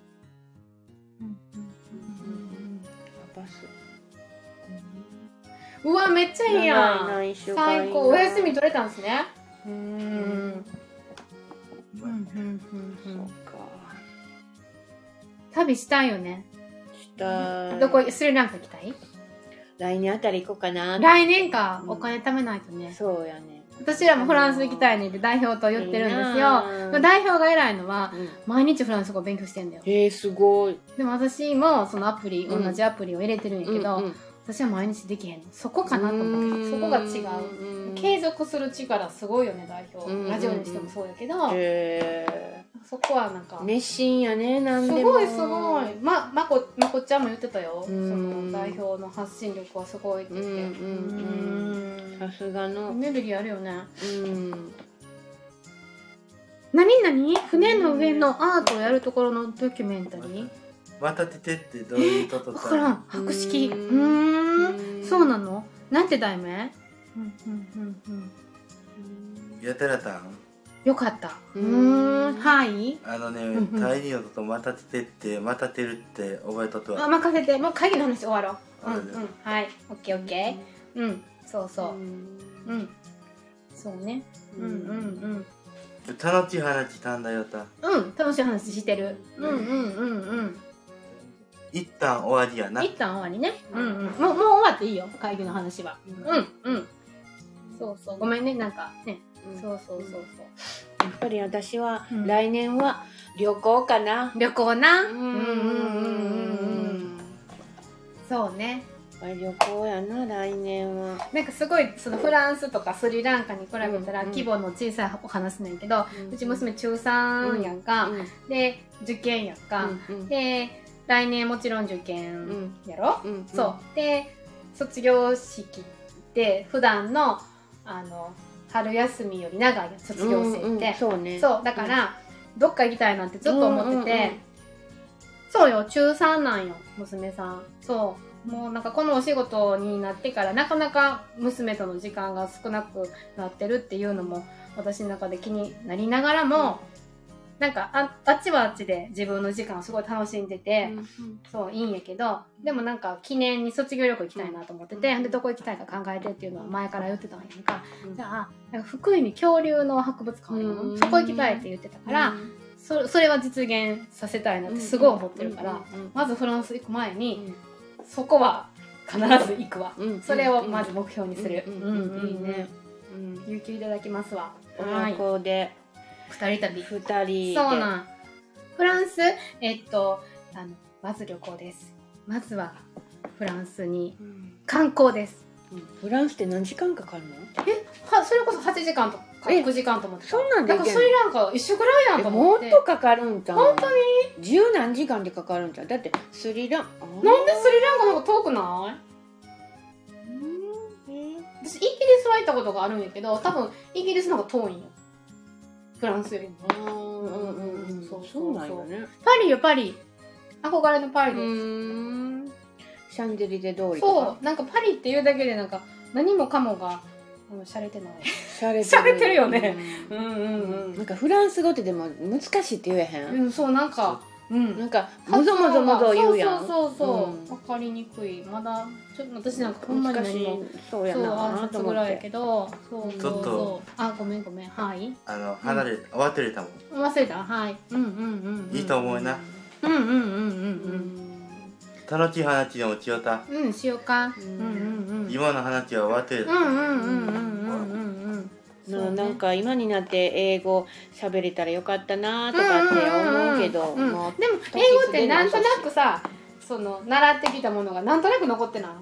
S2: バス
S1: うわめっちゃいいやん
S2: 長いな一週間いいな
S1: 最高お休み取れたんですねうん
S4: う
S1: うんう
S4: まい
S1: んう
S2: そ
S1: んうん
S2: うか
S1: 旅したいよね
S2: したい
S1: どこスリランカ行きたい
S2: 来年あたり行こうかな
S1: 来年か
S2: うん
S1: お金貯めないとね
S2: そうやね
S1: 私らもフランス行きたいねって代表と言ってるんです
S2: いい
S1: よ
S2: な
S1: まあ代表が偉いのは
S2: うん
S1: 毎日フランス語勉強してんだよ
S2: えーすごい
S1: でも私もそのアプリ、
S2: うん
S1: 同じアプリを入れてるんやけど、
S2: うんうん
S1: 私は毎日できへんのそこかなと思ってそこが違う
S2: うん
S1: 継続する力すごいよね代表、
S2: うん
S1: ラジオにしてもそうやけど、
S2: へ
S1: そこはなんか
S2: ー熱心やねなん
S1: す
S2: でも
S1: ごいすごいままこまこっちゃんも言ってたよ、
S2: うん
S1: その代表の発信力はすごいって言って、
S2: うんうんさすが
S1: うんエ
S2: の
S1: ネルギーあるよね
S2: うん
S1: 何何船の上のアートをやるところのドキュメンタリー
S4: またててってどういうこと
S1: 分からん博識う
S2: うん
S1: ーんそうな
S2: の
S1: のなんて題名うんうんうんうん
S4: やたらたん
S1: よかった。う
S2: う
S1: ー
S2: ー
S1: ん、
S2: ん
S1: はい。
S4: あのね
S1: んうん
S4: 退治のことまたててってまたてるって覚えとって
S1: あ、
S4: は
S1: 任せて、もう会議の話終わろう。うん、
S4: あ
S1: う
S4: れだ
S1: ん、はい、オッケー、オッケー。うん、そう
S2: そ
S1: そうう。うん。そうね。うん、うん、うん。
S4: 楽しい話したんだよた
S1: うん、楽しい話してる。うん、うん、うん、
S4: 一旦終わりや
S1: う。
S4: なん
S1: 一旦終わりね。うん、うん。もう、もう終わっていいよ、会議の話は。うん、うん。そうそう、ごめんね、なんか、ね。
S2: や
S1: そうそう、そうそう。
S2: っぱり私は
S1: うん
S2: 来年は旅行かな
S1: 旅行な。うん、
S2: う
S1: うん、うん、うん、うん。そうね。
S2: やっぱり旅行やな来年は
S1: なんかすごいそのフランスとかスリランカに比べたら
S2: うんうん
S1: 規模の小さいお話なんやけど、うち娘中3やんか、
S2: うん
S1: で受験やんか、
S2: うん
S1: で来年もちろん受験やろ、
S2: うん
S1: そうで卒業式って普段のあの春休みより長いやん卒業生って、
S2: うんうんそうね
S1: そうだから、どっか行きたいなんてずっと思ってて、
S2: うんうんうん
S1: そうよ中3なんよ娘さんそうもうなんかこのお仕事になってからなかなか娘との時間が少なくなってるっていうのも私の中で気になりながらも、なんかああっちはあっちで自分の時間をすごい楽しんでて、そういいんやけどでもなんか記念に卒業旅行行きたいなと思ってて、でどこ行きたいか考えてっていうのは前から言ってたんやんか、
S2: うん
S1: じゃあなんか福井に恐竜の博物館あるの
S2: うん
S1: そこ行きたいって言ってたから、そそれは実現させたいなってすごい思ってるから、まずフランス行く前に、そこは必ず行くわ、それをまず目標にする、
S2: うんうんうん
S1: いいね、有給いただきますわはい
S2: 親子で
S1: 二人旅
S2: 二人で
S1: そうなん。フランス、えっと、あの、まず旅行です。まずは、フランスに
S2: うん
S1: 観光です。
S2: フランスって何時間かかるの
S1: は、それこそ8時間とか
S2: え
S1: 9時間と思ってた。
S2: そんなんで
S1: ないん
S2: け
S1: かス
S2: んの
S1: リランカ一緒ぐらいやんと思
S2: も
S1: っ。
S2: ってとかかるんじゃん
S1: 本当
S2: に十何時間でかかるんじゃんだってスリランあー
S1: なんでスリランカの方が遠くない私、イギリスは行ったことがあるんやけど、多分、イギリスの方が遠いんよ。フランスよりも。
S2: あーうんうんうん
S1: そうそうそう
S2: そうなんよね
S1: パリよ、パリ。憧れのパリです。
S2: んシャンゼリゼ通りとか
S1: そう、なんかパリっていうだけで、なんか、何もかもが、うん、洒落てない。
S2: シャレ
S1: 洒落てるよね
S2: う
S1: うんうん
S2: んうんなんかフランス語ってでも難しいって言えへ
S1: う
S2: ん
S1: ん、そうなんか、うん、
S2: なんかもぞもぞもぞ言うやん
S1: そうそうそうそう、
S2: うん
S1: わかりにくいまだちょっと私なんかほんまに何も
S2: そうや
S1: そう
S2: な
S1: 挨
S2: と
S1: 拶
S2: 思
S1: ぐ
S2: っ
S1: らいや
S2: て
S1: けどそうそう
S4: ちょっ
S1: そ
S4: と
S1: うあごめんごめんはい
S4: あの離れ、忘れたもん
S1: 忘れたはいうんうんうん、うん、
S4: いいと思うな
S1: うんうんうんうん
S4: 楽しい話でも千代田
S1: うんうんしようか
S2: う
S1: うんんうんうんうん
S4: 今の話は忘れ
S1: う
S4: た、
S1: んうんうんうんうんうん
S2: な
S1: そうね
S2: なんか今になって英語喋れたらよかったなとかって思うけど、
S1: んんん
S2: もう
S1: でも英語ってなんとなくさその習ってきたものがなんとなく残ってな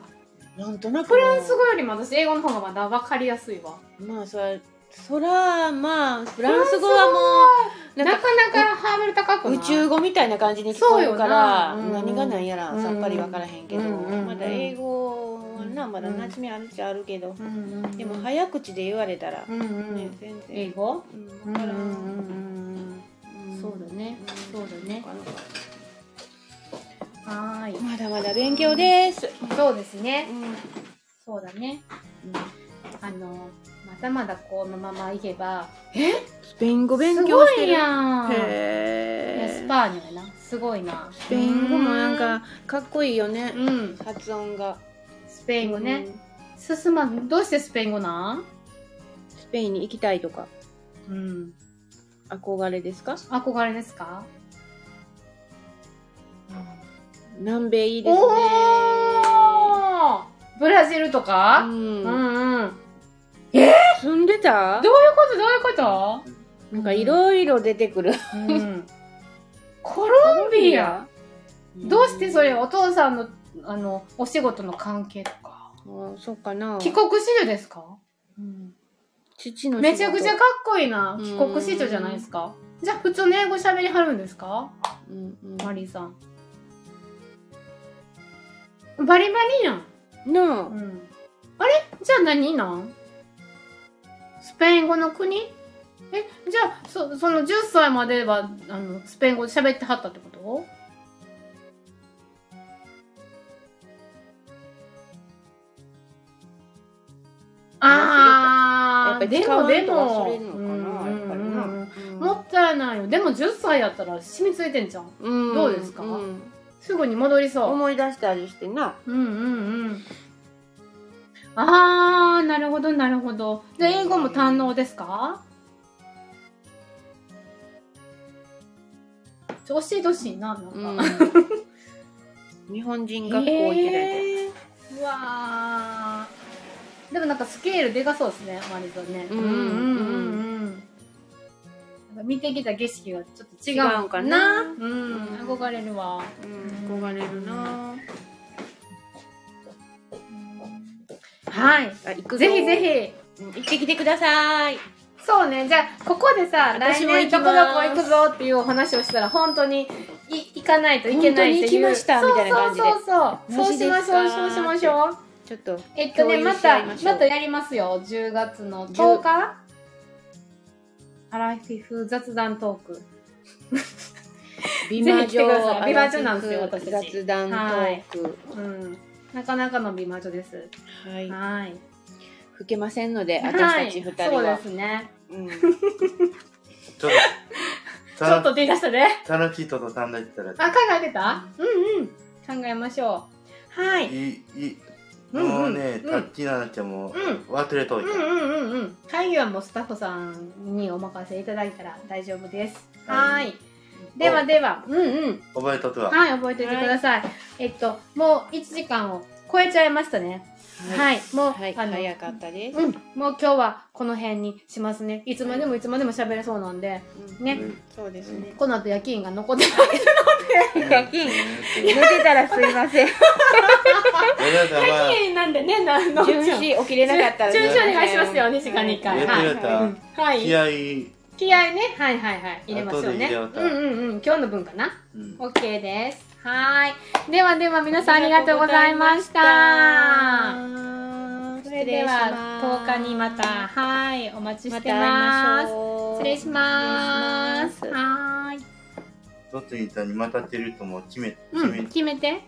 S1: い
S2: なんとなく
S1: フランス語よりも私英語の方がまだ分かりやすいわ
S2: まあそらそらまあフランス語はもう
S1: な
S2: なん
S1: か
S2: か
S1: なかハードル高くない
S2: 宇宙語みたいな感じに聞こえるから、
S1: そうよなうん
S2: 何がなんやらさっぱりわからへんけど、
S1: うんうん
S2: まだ英語はなまだ馴染みあるっちゃあるけど、
S1: うんうんうん
S2: でも早口で言われたら、
S1: うんうん
S2: ね全
S1: 英
S2: 然、
S1: 語
S2: うん、わからん、ん
S1: そうだねそうだね
S2: なんか
S1: はーい
S2: まだまだ勉強です、
S1: そうですね
S2: うん
S1: そうだねあのまだまだこのままいけばえ
S2: スペイン語
S1: す
S2: 勉強
S1: ご
S2: して
S1: い
S2: る
S1: やんいや
S2: へ
S1: ス
S2: え
S1: パーニョやなすごいな
S2: スペイン語もなんかかっこいいよね、
S1: うん
S2: 発音が
S1: スペイン語ね進まんどうしてスペイン語なん
S2: スペインに行きたいとか
S1: うん
S2: 憧れですか
S1: 憧れですか
S2: 南米いいですね
S1: おーブラジルと
S2: う
S1: かうんんうん
S2: 住んでた
S1: どういうことどういうこと
S2: なんかいろいろ出てくる
S1: うんコロンビアどうしてそれお父さんのあのお仕事の関係とか
S2: うんそうかな
S1: 帰国子女ですか
S2: うん父の仕事
S1: めちゃくちゃかっこいいな
S2: うん
S1: 帰国子女じゃないですかじゃあ普通の英語喋りはるんですか
S2: うんうん
S1: マリーさんバリバリやん、
S2: なあ
S1: うん、あれじゃあ何なんスペイン語の国えじゃあそその10歳まではあのスペイン語喋ってはったってことああ
S2: やっぱり
S1: で
S2: 使わ
S1: も
S2: んと
S1: でも
S2: 忘れるのかなやっぱり
S1: うん
S2: な
S1: うん
S2: うん
S1: もったいないよでも10歳やったら染みついてんじゃん
S2: うん
S1: どうですか
S2: ん
S1: すぐに戻りそう
S2: 思い出したりしてな
S1: うんうんうんあーなるほどなるほどじゃあ英語も堪能ですかちょ教えてほしいななんか、
S2: うん (laughs) 日本人学校行けたり
S1: えーうわーでもなんかスケールでかそうですねマリゾンね
S2: うん
S1: んなんか見てきた景色がちょっと違
S2: 違
S1: う
S2: うんかな
S1: うん、憧れるわ
S2: うん憧れるな
S1: はい
S2: あ行く
S1: ぜひぜひ
S2: ひ行ってきてください
S1: そうねじゃあここでさ来
S2: 私も
S1: 年
S2: 行き
S1: ど
S2: ま
S1: こ
S2: す
S1: どこ行くぞっていうお話をしたら本当にい行かないといけないっていう
S2: 本当に行きましたみたいな感じで
S1: そうそうそうそうそうそう
S2: マ
S1: し
S2: ジです
S1: ましょう
S2: か
S1: そうしましょう
S2: ちょっと
S1: えっとね、
S2: 共
S1: ま
S2: 有し合
S1: た、
S2: い
S1: ま
S2: しょう
S1: たやりますよ。10月の10日アラフィフ雑談トーク。ぜひ来てください
S2: 美魔女
S1: 美魔女
S2: アラフィフ
S1: なんですよ私たち
S2: 雑談トーク
S1: うん。なかなかの美魔女です。
S2: はい
S1: はい。
S2: 老けませんので私たち二人
S1: は
S2: は、
S1: いそうですね。 (laughs)
S2: うん
S4: ちょっ
S1: ちょ
S4: と、
S1: っ
S4: タ
S1: と手出したね。
S4: タラキートとサンダ言ったら、
S1: あ、考えてたうんうん。考えましょう。はい。
S4: いい、いい。
S1: うんうん
S4: もうね、
S1: うん
S4: タッキーナナちゃんも
S1: う
S4: 忘れと
S1: う
S4: い
S1: ん
S4: た。
S1: うんうんうん。会議はもうスタッフさんにお任せいただいたら大丈夫です。は。
S4: はい
S1: ではでは、うんうん。
S4: 覚えとくわ。
S1: はい、覚えておいてください。えっと、もう1時間を超えちゃいましたね。
S2: はい、
S1: はい、もう、
S2: はい
S1: あの、
S2: 早かったです、
S1: うん、もう今日はこの辺にしますね。いつまでもいつまでも喋れそうなんで、
S2: うん
S1: ね、
S4: うん
S2: そうですね
S1: この後夜勤が残って
S2: 夜勤寝てたらすいま
S1: (laughs)
S2: せん
S4: 皆様、
S1: 夜勤なんでね、なの
S2: 巡視起きれなかったら
S1: 中止お願いしますよ、2時間に1回。
S4: 入れ
S1: は
S4: て
S1: い
S4: よった、
S2: は
S1: はい、
S4: 気合い、
S1: 気合いね、はいはいはい、入れましょう
S4: 後で
S1: ね。
S4: 入れよう
S1: う
S4: と
S1: んうんうん、今日の分かな。
S4: うん、
S1: OK です。はーい。ではでは皆さんありがとうございました。そ
S2: 失
S1: れ
S2: 礼
S1: で
S2: し
S1: は
S2: ま
S1: 10
S2: す
S1: 日にまたはいお待ち
S2: ま
S1: したて
S2: 会いま
S1: ま
S2: し
S1: す。
S2: ょう
S1: 失礼します。
S2: 失礼し
S1: はーい。
S4: どっちにいたにまたってるともう決め、決
S1: う
S4: め
S1: ん、決めて。